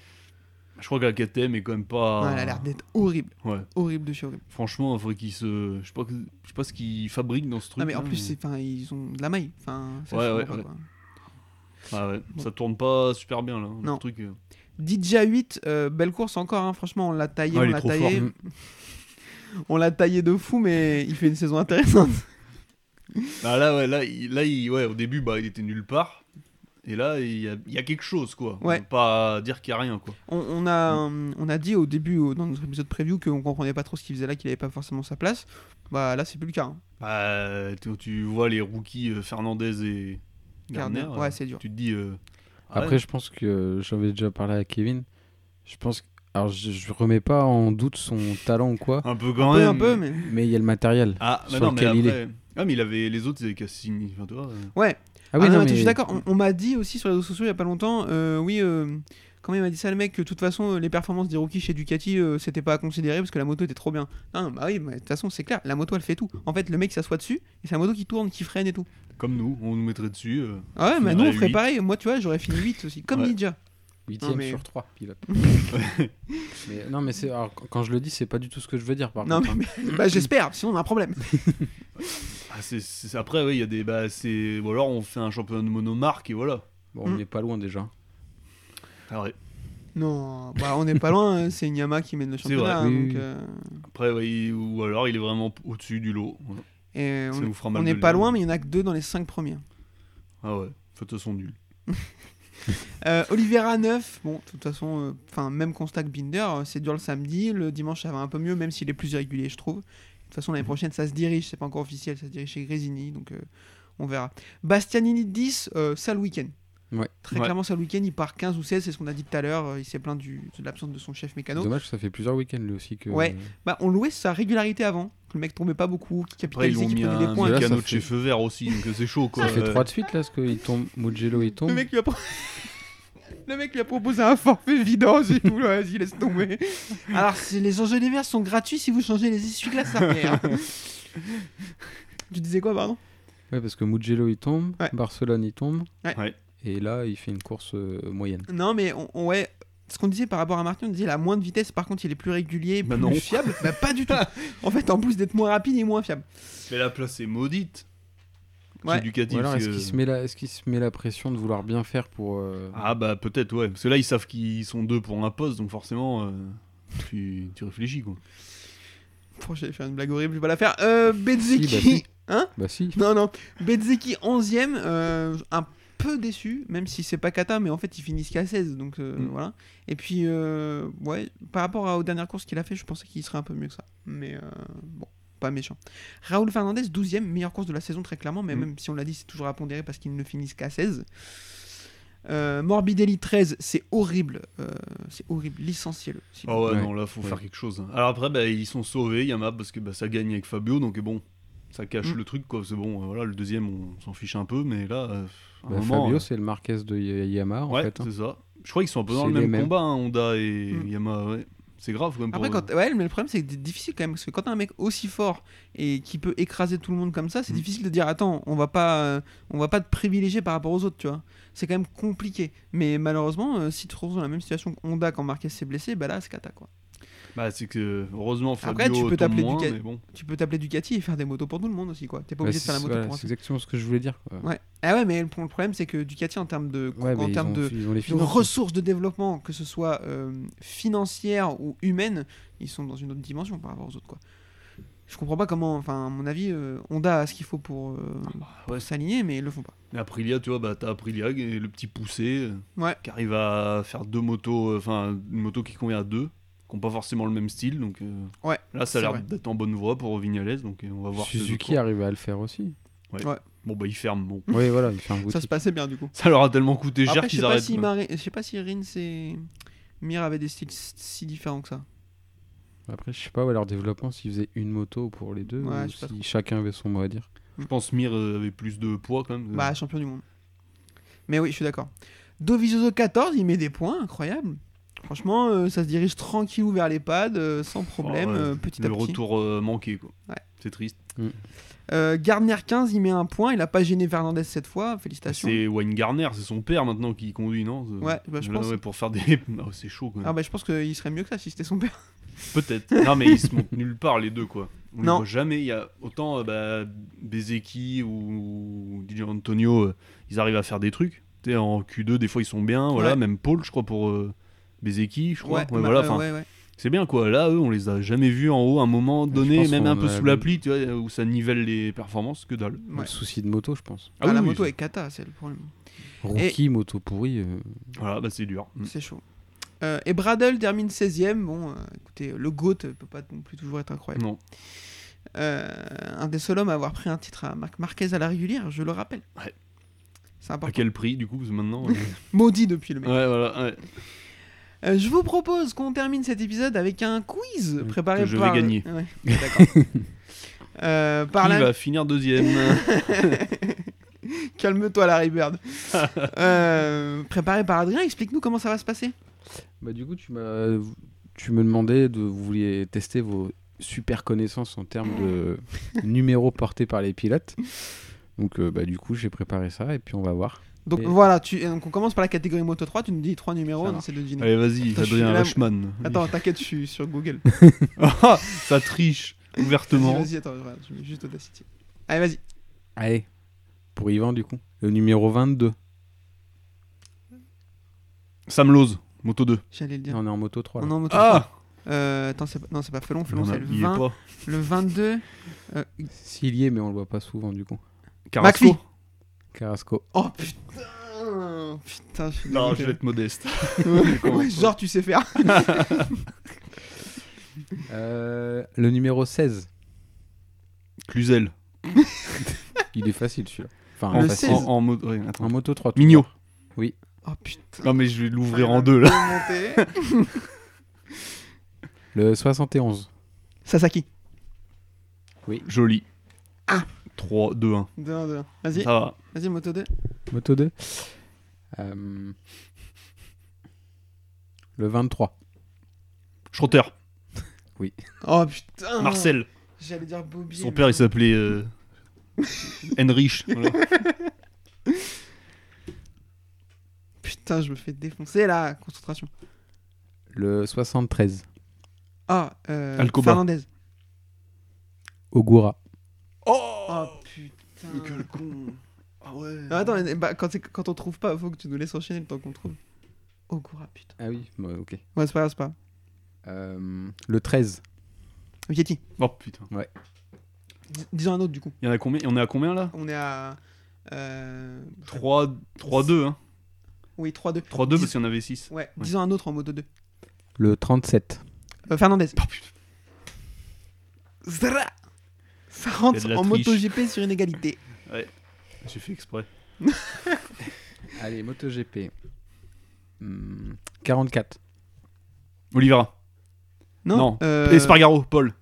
Speaker 3: je crois que la KTM est quand même pas.
Speaker 2: Ouais, elle a l'air d'être horrible,
Speaker 3: Ouais.
Speaker 2: horrible de chez horrible.
Speaker 3: Franchement, il faudrait qu'il se, je sais pas, que- je sais pas ce qu'il fabrique dans ce truc. hein,
Speaker 2: non mais en
Speaker 3: là,
Speaker 2: plus c'est, enfin, ils ont de la maille, enfin ça
Speaker 3: Ouais,
Speaker 2: se voit
Speaker 3: ouais,
Speaker 2: pas,
Speaker 3: ouais.
Speaker 2: quoi.
Speaker 3: Ah ouais, ça tourne pas super bien là.
Speaker 2: Non.
Speaker 3: Le truc. euh.
Speaker 2: DJ 8, euh, belle course encore, hein, franchement on l'a taillé,
Speaker 3: Ah, il
Speaker 2: on
Speaker 3: est
Speaker 2: l'a
Speaker 3: trop
Speaker 2: taillé,
Speaker 4: fort.
Speaker 2: on l'a taillé de fou, mais il fait une saison intéressante.
Speaker 3: Bah là ouais, là, il, là il- ouais, au début bah il était nulle part, et là il y a, il y a quelque chose quoi.
Speaker 2: Ouais.
Speaker 3: On peut pas dire qu'il y a rien quoi.
Speaker 2: On, on a, euh, on a dit au début au- dans notre épisode preview qu'on comprenait pas trop ce qu'il faisait là, qu'il avait pas forcément sa place. Bah là c'est plus le cas. hein.
Speaker 3: Bah, tu, tu vois les rookies euh, Fernandez et Garner.
Speaker 2: Gardner,
Speaker 3: euh,
Speaker 2: ouais c'est dur.
Speaker 3: Tu te dis. euh, ah ouais,
Speaker 4: Après, je pense que euh, j'en avais déjà parlé à Kevin. Je pense que- Alors, je, je remets pas en doute son talent ou quoi,
Speaker 3: un peu
Speaker 2: Un
Speaker 3: quand
Speaker 2: peu,
Speaker 3: même.
Speaker 2: un peu, mais
Speaker 4: mais il y a le matériel.
Speaker 3: Ah, bah
Speaker 4: sur
Speaker 3: non, mais
Speaker 4: lequel il
Speaker 3: après. Ah, mais il avait les autres, c'est Cassini. Enfin, tu vois, euh,
Speaker 2: ouais.
Speaker 4: Ah
Speaker 2: Ah non,
Speaker 4: non,
Speaker 2: mais... Je suis
Speaker 4: mais-
Speaker 2: d'accord. On, on m'a dit aussi sur les réseaux sociaux il y a pas longtemps, euh, oui, euh, comment il m'a dit ça le mec, que de toute façon euh, les performances des rookies chez Ducati euh, c'était pas à considérer parce que la moto était trop bien. Ah bah oui, mais de toute façon c'est clair, la moto elle fait tout. En fait le mec s'assoit dessus et c'est la moto qui tourne, qui freine et tout.
Speaker 3: comme nous, on nous mettrait dessus. euh.
Speaker 2: Ah ouais, mais
Speaker 3: Ouais,
Speaker 2: nous on ferait
Speaker 3: huit.
Speaker 2: pareil. Moi tu vois j'aurais fini 8 aussi, comme
Speaker 3: Ouais.
Speaker 2: Ninja.
Speaker 4: Huitième
Speaker 2: Non, mais-
Speaker 4: sur 3 pilote. mais, non mais c'est alors, quand- quand je le dis, c'est pas du tout ce que je veux dire par
Speaker 2: Non
Speaker 4: contre. hein.
Speaker 2: mais bah, j'espère, sinon on a un problème.
Speaker 3: Ah, c'est- c'est- Après, oui, il y a des. Bah, c'est... Ou alors, on fait un championnat de monomarque et voilà.
Speaker 4: Bon, on
Speaker 2: Mm.
Speaker 4: n'est pas loin déjà.
Speaker 3: Ah, ouais.
Speaker 2: Non, bah, on n'est pas loin, hein, c'est Nyama qui mène le
Speaker 3: C'est vrai.
Speaker 2: championnat. hein,
Speaker 4: Oui,
Speaker 2: donc,
Speaker 4: oui.
Speaker 2: euh,
Speaker 3: Après, ouais, il- ou alors il est vraiment p- au-dessus du lot. Voilà.
Speaker 2: et
Speaker 3: Ça
Speaker 2: on-
Speaker 3: vous fera mal
Speaker 2: on
Speaker 3: de
Speaker 2: n'est
Speaker 3: le
Speaker 2: pas
Speaker 3: dire.
Speaker 2: loin, mais il n'y en a que deux dans les cinq premiers.
Speaker 3: Ah ouais, de toute façon, nul.
Speaker 2: Euh, Oliveira 9, bon, de toute façon, euh, enfin même constat que Binder, euh, c'est dur le samedi, le dimanche ça va un peu mieux, même s'il est plus irrégulier, je trouve. De toute façon, l'année prochaine, ça se dirige, c'est pas encore officiel, ça se dirige chez Grésini, donc euh, on verra. Bastianini 10, euh, ça le week-end.
Speaker 4: Ouais.
Speaker 2: Très
Speaker 3: Ouais.
Speaker 2: clairement, ça le week-end, il part 15 ou 16, c'est ce qu'on a dit tout à l'heure, euh, il s'est plaint du, de l'absence de son chef mécano.
Speaker 4: Dommage, ça fait plusieurs week-ends lui aussi que.
Speaker 2: Ouais. Bah, on louait sa régularité avant, que le mec tombait pas beaucoup, qui
Speaker 3: Après, ils
Speaker 2: capitalisait,
Speaker 3: ont
Speaker 2: qui
Speaker 3: mis
Speaker 2: prenait
Speaker 3: un
Speaker 2: des points.
Speaker 4: Là,
Speaker 3: mécano
Speaker 4: ça
Speaker 3: de chez
Speaker 4: fait-
Speaker 3: Feu Vert aussi, donc c'est chaud quoi.
Speaker 4: Ça fait
Speaker 3: Euh,
Speaker 4: trois de suite là, parce qu'il tombe, Mugello il tombe.
Speaker 2: Le mec, lui a pro- le mec lui a proposé un forfait vidange et tout, là, vas-y, laisse tomber. Alors, c'est- les enjeux des verres sont gratuits si vous changez les essuie-glaces arrière. tu disais quoi, pardon
Speaker 4: Ouais, parce que Mugello il tombe,
Speaker 2: Ouais.
Speaker 4: Barcelone il tombe.
Speaker 2: Ouais.
Speaker 3: Ouais.
Speaker 4: Et là, il fait une course euh, moyenne.
Speaker 2: Non, mais on, on- ouais, ce qu'on disait par rapport à Martin, on disait il a moins de vitesse, par contre, il est plus régulier,
Speaker 3: Bah
Speaker 2: plus
Speaker 3: non.
Speaker 2: fiable. bah, pas du tout. En fait, en plus d'être moins rapide, il est moins fiable.
Speaker 3: Mais la place est maudite.
Speaker 2: Ouais.
Speaker 3: C'est euh. Ducati.
Speaker 4: Ou alors,
Speaker 3: parce
Speaker 4: est-ce
Speaker 3: que-
Speaker 4: qu'il se, met la- est-ce qu'il se met la pression de vouloir bien faire pour. euh,
Speaker 3: Ah bah peut-être, ouais. Parce que là, ils savent qu'ils sont deux pour un poste, donc forcément, euh, tu, tu réfléchis quoi.
Speaker 2: Franchement, j'allais faire une blague horrible, je vais pas la faire. Euh, Bezzeki.
Speaker 4: Si, bah, si.
Speaker 2: Hein
Speaker 4: Bah si.
Speaker 2: Non, non. Bezzeki 11ème, euh, un peu déçu, même si c'est pas Kata, mais en fait, ils finissent qu'à 16, donc euh,
Speaker 3: Mm.
Speaker 2: voilà. Et puis, euh, ouais, par rapport à- aux dernières courses qu'il a fait, je pensais qu'il serait un peu mieux que ça. Mais euh, bon, pas méchant. Raoul Fernandez, 12ème, meilleure course de la saison, très clairement, mais
Speaker 3: Mm.
Speaker 2: même si on l'a dit, c'est toujours à pondérer parce qu'ils ne finissent qu'à 16. Euh, Morbidelli 13, c'est horrible, euh, c'est horrible, licenciez-le. s'il vous
Speaker 3: Ah ouais,
Speaker 4: Ouais.
Speaker 3: non, là, faut
Speaker 4: Ouais.
Speaker 3: faire quelque chose. hein. Alors après, bah, ils sont sauvés, Yama, parce que bah, ça gagne avec Fabio, donc bon, ça cache
Speaker 2: Mm.
Speaker 3: le truc quoi. C'est bon, euh, voilà, le deuxième, on s'en fiche un peu, mais là, euh, à un
Speaker 4: Bah,
Speaker 3: moment,
Speaker 4: Fabio,
Speaker 3: euh,
Speaker 4: c'est le Marquez de Y- Yamaha en
Speaker 3: ouais,
Speaker 4: fait. hein.
Speaker 3: c'est ça. Je crois qu'ils sont un peu dans
Speaker 4: C'est
Speaker 3: le
Speaker 4: les
Speaker 3: même
Speaker 4: mêmes.
Speaker 3: combat, hein, Honda et
Speaker 2: Mm.
Speaker 3: Yamaha, ouais. C'est grave quand même pour
Speaker 2: Après,
Speaker 3: eux.
Speaker 2: quand... ouais, mais le problème, c'est que c'est difficile quand même. Parce que quand t'as un mec aussi fort et qui peut écraser tout le monde comme ça, c'est
Speaker 3: Mm.
Speaker 2: difficile de dire Attends, on va pas, euh, on va pas te privilégier par rapport aux autres, tu vois. C'est quand même compliqué. Mais malheureusement, euh, si tu te retrouves dans la même situation que Honda quand Marquez s'est blessé, bah là, c'est cata quoi.
Speaker 3: Bah, c'est que heureusement, Fabio
Speaker 2: Après, tu peux
Speaker 3: tombe
Speaker 2: t'appeler
Speaker 3: moins,
Speaker 2: Ducati.
Speaker 3: mais bon.
Speaker 2: Tu peux t'appeler Ducati et faire des motos pour tout le monde aussi, quoi. T'es pas
Speaker 4: Bah,
Speaker 2: obligé de
Speaker 4: c'est
Speaker 2: faire la moto
Speaker 4: voilà,
Speaker 2: pour un
Speaker 4: c'est exactement ce que je voulais dire. quoi.
Speaker 2: Ouais. Ah ouais, mais le pro- le problème, c'est que Ducati, en termes de,
Speaker 4: Ouais, mais
Speaker 2: en
Speaker 4: ils
Speaker 2: termes
Speaker 4: ont-
Speaker 2: de,
Speaker 4: ils ont les
Speaker 2: de
Speaker 4: finances.
Speaker 2: ressources de développement, que ce soit euh, financière ou humaine, ils sont dans une autre dimension par rapport aux autres. Quoi. Je comprends pas comment, enfin, à mon avis, euh, Honda a ce qu'il faut pour, euh, pour
Speaker 3: Ah bah, ouais.
Speaker 2: s'aligner, mais ils le font pas.
Speaker 3: Et Aprilia, tu vois, bah, t'as Aprilia, et le petit poussé, euh,
Speaker 2: Ouais.
Speaker 3: qui arrive à faire deux motos, euh, enfin, une moto qui convient à deux, qui n'ont pas forcément le même style. Donc euh,
Speaker 2: Ouais,
Speaker 3: là, ça
Speaker 2: c'est
Speaker 3: a
Speaker 2: vrai.
Speaker 3: l'air d'être en bonne voie pour Vignales, donc euh, on va voir. ces
Speaker 4: Suzuki
Speaker 3: autres
Speaker 4: arrive à le faire aussi.
Speaker 3: fois. Bon, bah, ils ferment. Bon.
Speaker 4: Oui, voilà, il fait un
Speaker 2: Ça se
Speaker 4: boutique.
Speaker 2: passait bien du coup.
Speaker 3: Ça leur a tellement coûté cher
Speaker 2: Après, je sais
Speaker 3: qu'ils
Speaker 2: pas
Speaker 3: arrêtent.
Speaker 2: si
Speaker 3: quoi.
Speaker 2: Mari- je sais pas si Rins et Mir avaient des styles si différents que ça.
Speaker 4: Après, je sais pas, ouais, leur développement, s'ils faisaient une moto pour les deux,
Speaker 2: Ouais,
Speaker 4: ou
Speaker 2: je sais pas
Speaker 4: si chacun avait son mot à dire.
Speaker 3: Je pense que Mir euh, avait plus de poids quand même. euh,
Speaker 2: Bah, champion du monde. Mais oui, je suis d'accord. Dovizioso 14, il met des points, incroyable. Franchement, euh, ça se dirige tranquillou vers les pads, euh, sans problème,
Speaker 3: Oh, ouais,
Speaker 2: euh, petit à
Speaker 3: le
Speaker 2: petit.
Speaker 3: retour euh, manqué, quoi.
Speaker 2: Ouais.
Speaker 3: C'est triste.
Speaker 2: Euh, Gardner 15, il met un point. Il a pas gêné Fernandez cette fois. Félicitations.
Speaker 3: C'est Wayne Garner, c'est son père maintenant qui conduit, non
Speaker 2: Ouais, bah, je
Speaker 3: Là,
Speaker 2: pense.
Speaker 3: ouais, pour faire des. Ah, c'est chaud, quoi.
Speaker 2: Ah bah, je pense qu'il serait mieux que ça si c'était son père.
Speaker 3: Peut-être. Non, mais ils se montent nulle part, les deux, quoi. On les
Speaker 2: Non.
Speaker 3: voit jamais. Il y a autant euh, bah, Bezeki ou DJ Antonio, euh, ils arrivent à faire des trucs. Tu sais, en Q2, des fois, ils sont bien. Voilà,
Speaker 2: Ouais.
Speaker 3: même Paul, je crois, pour euh, Bezeki, je crois. Ouais,
Speaker 2: bah,
Speaker 3: voilà,
Speaker 2: euh,
Speaker 3: enfin,
Speaker 2: ouais, ouais.
Speaker 3: C'est bien, quoi. Là, eux, on les a jamais vus en haut à un moment
Speaker 4: je
Speaker 3: donné,
Speaker 4: pense
Speaker 3: même
Speaker 4: qu'on
Speaker 3: un peu
Speaker 4: a
Speaker 3: sous
Speaker 4: le-
Speaker 3: la pluie, tu vois, où ça nivelle les performances, que dalle.
Speaker 4: Le
Speaker 2: Ouais.
Speaker 4: souci de moto, je pense.
Speaker 2: Ah, la
Speaker 3: oui,
Speaker 2: moto
Speaker 3: oui,
Speaker 2: est cata, c'est le problème.
Speaker 4: Rookie, moto pourrie. euh,
Speaker 3: c'est- Voilà, bah, c'est dur. Mm.
Speaker 2: C'est chaud. Euh, et Bradle termine 16ème. Bon, euh, écoutez, le GOAT peut pas non plus toujours être incroyable.
Speaker 3: Non. Mm.
Speaker 2: Euh, un des seuls hommes à avoir pris un titre à Marc Marquez à la régulière, je le rappelle.
Speaker 3: Ouais.
Speaker 2: C'est
Speaker 3: À
Speaker 2: important.
Speaker 3: quel prix, du coup, parce que maintenant. euh,
Speaker 2: Maudit depuis le mec.
Speaker 3: ouais, voilà. ouais.
Speaker 2: Euh, je vous propose qu'on termine cet épisode avec un quiz
Speaker 4: Oui,
Speaker 2: préparé
Speaker 3: que je vais
Speaker 2: par.
Speaker 3: gagner.
Speaker 2: Ouais, d'accord. Euh, par
Speaker 3: Qui
Speaker 2: la-
Speaker 3: va finir deuxième
Speaker 2: Calme-toi, Larry Bird. Euh, préparé par Adrien, explique-nous comment ça va se passer.
Speaker 4: Bah, du coup, tu, m'as- tu me demandais de vous vouliez tester vos super connaissances en termes de numéros portés par les pilotes. Donc, euh, bah, du coup, j'ai préparé ça et puis on va voir.
Speaker 2: Donc
Speaker 4: Et-
Speaker 2: voilà, tu... donc, on commence par la catégorie Moto 3, tu nous dis trois numéros,
Speaker 4: Ça
Speaker 2: on
Speaker 4: marche.
Speaker 2: essaie de deviner.
Speaker 3: Allez, vas-y,
Speaker 2: Putain, je suis
Speaker 3: Adrien
Speaker 2: là-
Speaker 3: Lachman.
Speaker 2: Attends, t'inquiète, je suis sur Google.
Speaker 3: Ah, ça triche
Speaker 2: Vas-y,
Speaker 3: ouvertement.
Speaker 2: vas-y, attends, je regarde, je mets juste Audacity. Allez, vas-y.
Speaker 4: Allez, pour Yvan, du coup, le numéro 22.
Speaker 3: Sam Lose. Moto 2.
Speaker 2: J'allais le dire.
Speaker 4: On est en moto 3. là.
Speaker 2: On est en moto
Speaker 3: Ah
Speaker 2: Euh, attends, c'est pas, non, c'est pas Felon, Felon
Speaker 3: Non,
Speaker 2: c'est
Speaker 3: non,
Speaker 2: le
Speaker 3: Il est
Speaker 2: 20,
Speaker 3: pas.
Speaker 2: le 22. euh,
Speaker 4: S'il y est, mais on le voit pas souvent du coup.
Speaker 3: Carrasco.
Speaker 2: McPhee.
Speaker 4: Carrasco.
Speaker 2: Oh putain, putain, je suis
Speaker 3: Non, je vais
Speaker 2: dégoûté.
Speaker 3: être modeste.
Speaker 2: Ouais, Genre, tu sais faire.
Speaker 4: Euh, le numéro 16.
Speaker 3: Cluzel.
Speaker 4: Il est facile celui-là. Enfin,
Speaker 2: Ah, Le
Speaker 4: en,
Speaker 3: En,
Speaker 4: facile.
Speaker 2: 16.
Speaker 3: en- en mode. ouais, attends.
Speaker 4: En moto 3.
Speaker 3: Mignot.
Speaker 2: Oh putain.
Speaker 3: Non, mais je vais l'ouvrir en deux là.
Speaker 2: Démonté.
Speaker 4: Le 71.
Speaker 2: Sasaki.
Speaker 3: Joli. 3, 2, 1.
Speaker 2: 2 1 2 1. Ah. Vas-y,
Speaker 3: Ça va.
Speaker 2: vas-y, moto 2.
Speaker 4: Moto 2. Euh, Le 23.
Speaker 3: Schrotter.
Speaker 2: Oh putain.
Speaker 3: Marcel.
Speaker 2: J'allais dire Bobby.
Speaker 3: Son
Speaker 2: mais-
Speaker 3: père, il s'appelait. euh, Heinrich. voilà.
Speaker 2: Putain, je me fais défoncer là, concentration.
Speaker 4: Le 73.
Speaker 2: Ah, euh,
Speaker 3: Alcoba.
Speaker 2: Fernandez.
Speaker 4: Ogura.
Speaker 2: Oh putain.
Speaker 3: Ah, quel con. Ah ouais.
Speaker 2: Non, attends, mais- bah, quand, c'est- quand on trouve pas, faut que tu nous laisses enchaîner le temps qu'on trouve. Oh, Gura, putain.
Speaker 4: Ah oui, ok. Euh,
Speaker 2: Ouais, c'est pas grave, c'est pas grave.
Speaker 4: le 13.
Speaker 2: Vietti.
Speaker 3: Oh putain.
Speaker 2: Dis- Disons un autre du coup.
Speaker 3: Il y en a combien On est à combien là
Speaker 2: On est à. Euh,
Speaker 3: 3, 3, 2. Hein.
Speaker 2: oui, 3-2.
Speaker 3: 3, 2 parce qu'il y en avait 6.
Speaker 2: Ouais, disons un autre en moto 2.
Speaker 4: Le 37.
Speaker 2: Euh, Fernandez.
Speaker 3: Oh putain.
Speaker 2: Zra Ça
Speaker 3: Il y
Speaker 2: rentre
Speaker 3: a de la
Speaker 2: en
Speaker 3: triche.
Speaker 2: moto GP sur une égalité.
Speaker 3: J'ai fait exprès.
Speaker 4: Allez, MotoGP. Hmm, 44.
Speaker 3: Olivera.
Speaker 2: Non,
Speaker 3: Non.
Speaker 2: euh,
Speaker 3: Espargaro, Paul.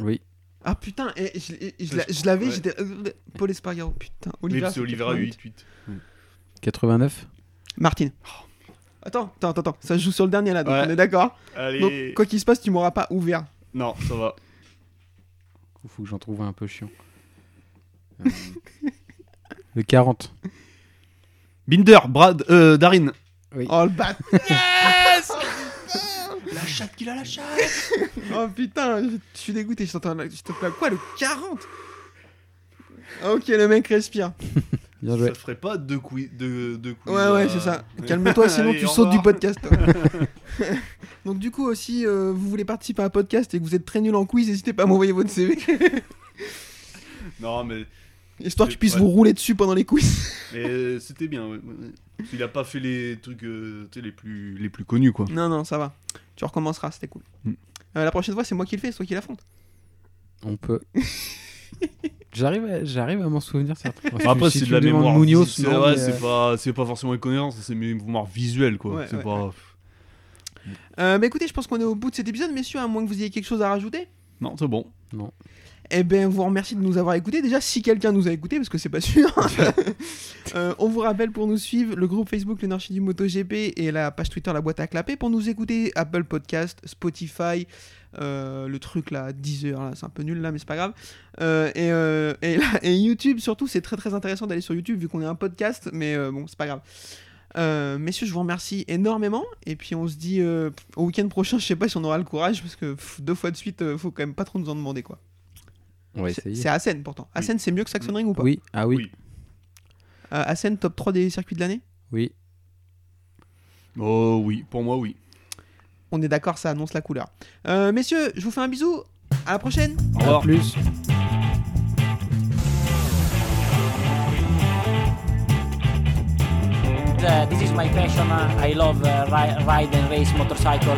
Speaker 4: Oui.
Speaker 2: Ah putain, eh, je, l'ai- je l'a- je l'avais,
Speaker 3: Ouais.
Speaker 2: j'étais. euh, Paul Espargaro, putain.
Speaker 3: Oui,
Speaker 2: Olivera.
Speaker 3: c'est Olivera 8, 8.
Speaker 4: 89.
Speaker 2: Martine. Attends, attends, attends, attends, ça se joue sur le dernier là, donc
Speaker 3: Oh. Ouais.
Speaker 2: on est d'accord. Donc,
Speaker 3: Allez.
Speaker 2: quoi qu'il se passe, tu m'auras pas ouvert.
Speaker 3: Non, ça va.
Speaker 4: Faut que j'en trouve un un peu chiant. Euh, le 40.
Speaker 3: Binder, Brad, euh, Darin.
Speaker 2: Oh le bat
Speaker 3: La chatte qu'il a, la chatte.
Speaker 2: Oh putain, je je suis dégoûté, je t'entends. Je te plains. quoi le 40 Ok, le mec respire.
Speaker 4: Bien
Speaker 3: Ça
Speaker 4: joué.
Speaker 3: te ferait pas deux quiz. Deux, deux quiz,
Speaker 2: Ouais, ouais,
Speaker 3: euh,
Speaker 2: c'est ça. Calme-toi, sinon
Speaker 3: Allez,
Speaker 2: tu
Speaker 3: au
Speaker 2: sautes du
Speaker 3: revoir.
Speaker 2: podcast. Donc, du coup, aussi, euh, vous voulez participer à un podcast et que vous êtes très nul en quiz, n'hésitez pas à m'envoyer votre CV,
Speaker 3: Non, mais,
Speaker 2: histoire que je puisse
Speaker 3: Ouais.
Speaker 2: vous rouler dessus pendant les quiz.
Speaker 3: mais, euh, c'était bien. ouais, ouais, ouais. Il a pas fait les trucs euh, tu sais, les, plus, les plus connus, quoi.
Speaker 2: non, non, ça va. Tu recommenceras, c'était cool.
Speaker 3: Mm.
Speaker 2: Euh, la prochaine fois, c'est moi qui le fais, c'est toi qui l'affronte.
Speaker 4: On peut. J'arrive à, j'arrive à m'en souvenir certains. Parce que
Speaker 3: Après,
Speaker 4: si
Speaker 3: c'est
Speaker 4: tu
Speaker 3: de la
Speaker 4: me demandes
Speaker 3: mémoire.
Speaker 4: Munoz,
Speaker 3: c'est
Speaker 4: non,
Speaker 3: ouais,
Speaker 4: mais,
Speaker 3: c'est
Speaker 4: euh,
Speaker 3: pas, c'est pas forcément une connaissance, c'est une mémoire visuelle, quoi.
Speaker 2: Ouais,
Speaker 3: c'est
Speaker 2: ouais.
Speaker 3: pas.
Speaker 2: Euh, bah écoutez, je pense qu'on est au bout de cet épisode, messieurs, à moins que vous ayez quelque chose à rajouter.
Speaker 3: Non, c'est bon.
Speaker 2: Eh bien, vous remercie de nous avoir écoutés. Déjà, si quelqu'un nous a écoutés, parce que c'est pas sûr. Euh, on vous rappelle pour nous suivre le groupe Facebook L'Énergie du MotoGP et la page Twitter La Boîte à Clapper. Pour nous écouter, Apple Podcast, Spotify, euh, le truc là, 10 heures, c'est un peu nul là, mais c'est pas grave. Euh, et, euh, et là- et YouTube, surtout, c'est très très intéressant d'aller sur YouTube vu qu'on est un podcast, mais euh, bon, c'est pas grave. Euh, messieurs, je vous remercie énormément. Et puis on se dit euh, au week-end prochain, je sais pas si on aura le courage parce que pff, deux fois de suite, euh, faut quand même pas trop nous en demander quoi.
Speaker 4: On va
Speaker 2: C'est
Speaker 4: essayer.
Speaker 2: c'est Assen pourtant. Assen, c'est mieux que Saxon Ring ou pas
Speaker 4: Oui, ah oui,
Speaker 3: Oui.
Speaker 2: Euh, Assen, top 3 des circuits de l'année
Speaker 4: oui.
Speaker 3: Oh oui, pour moi, oui.
Speaker 2: On est d'accord, ça annonce la couleur. Euh, messieurs, je vous fais un bisou. À la prochaine
Speaker 3: Au revoir.
Speaker 4: plus.
Speaker 1: Uh, this is my passion. Uh, I love uh, ri- ride and race motorcycle.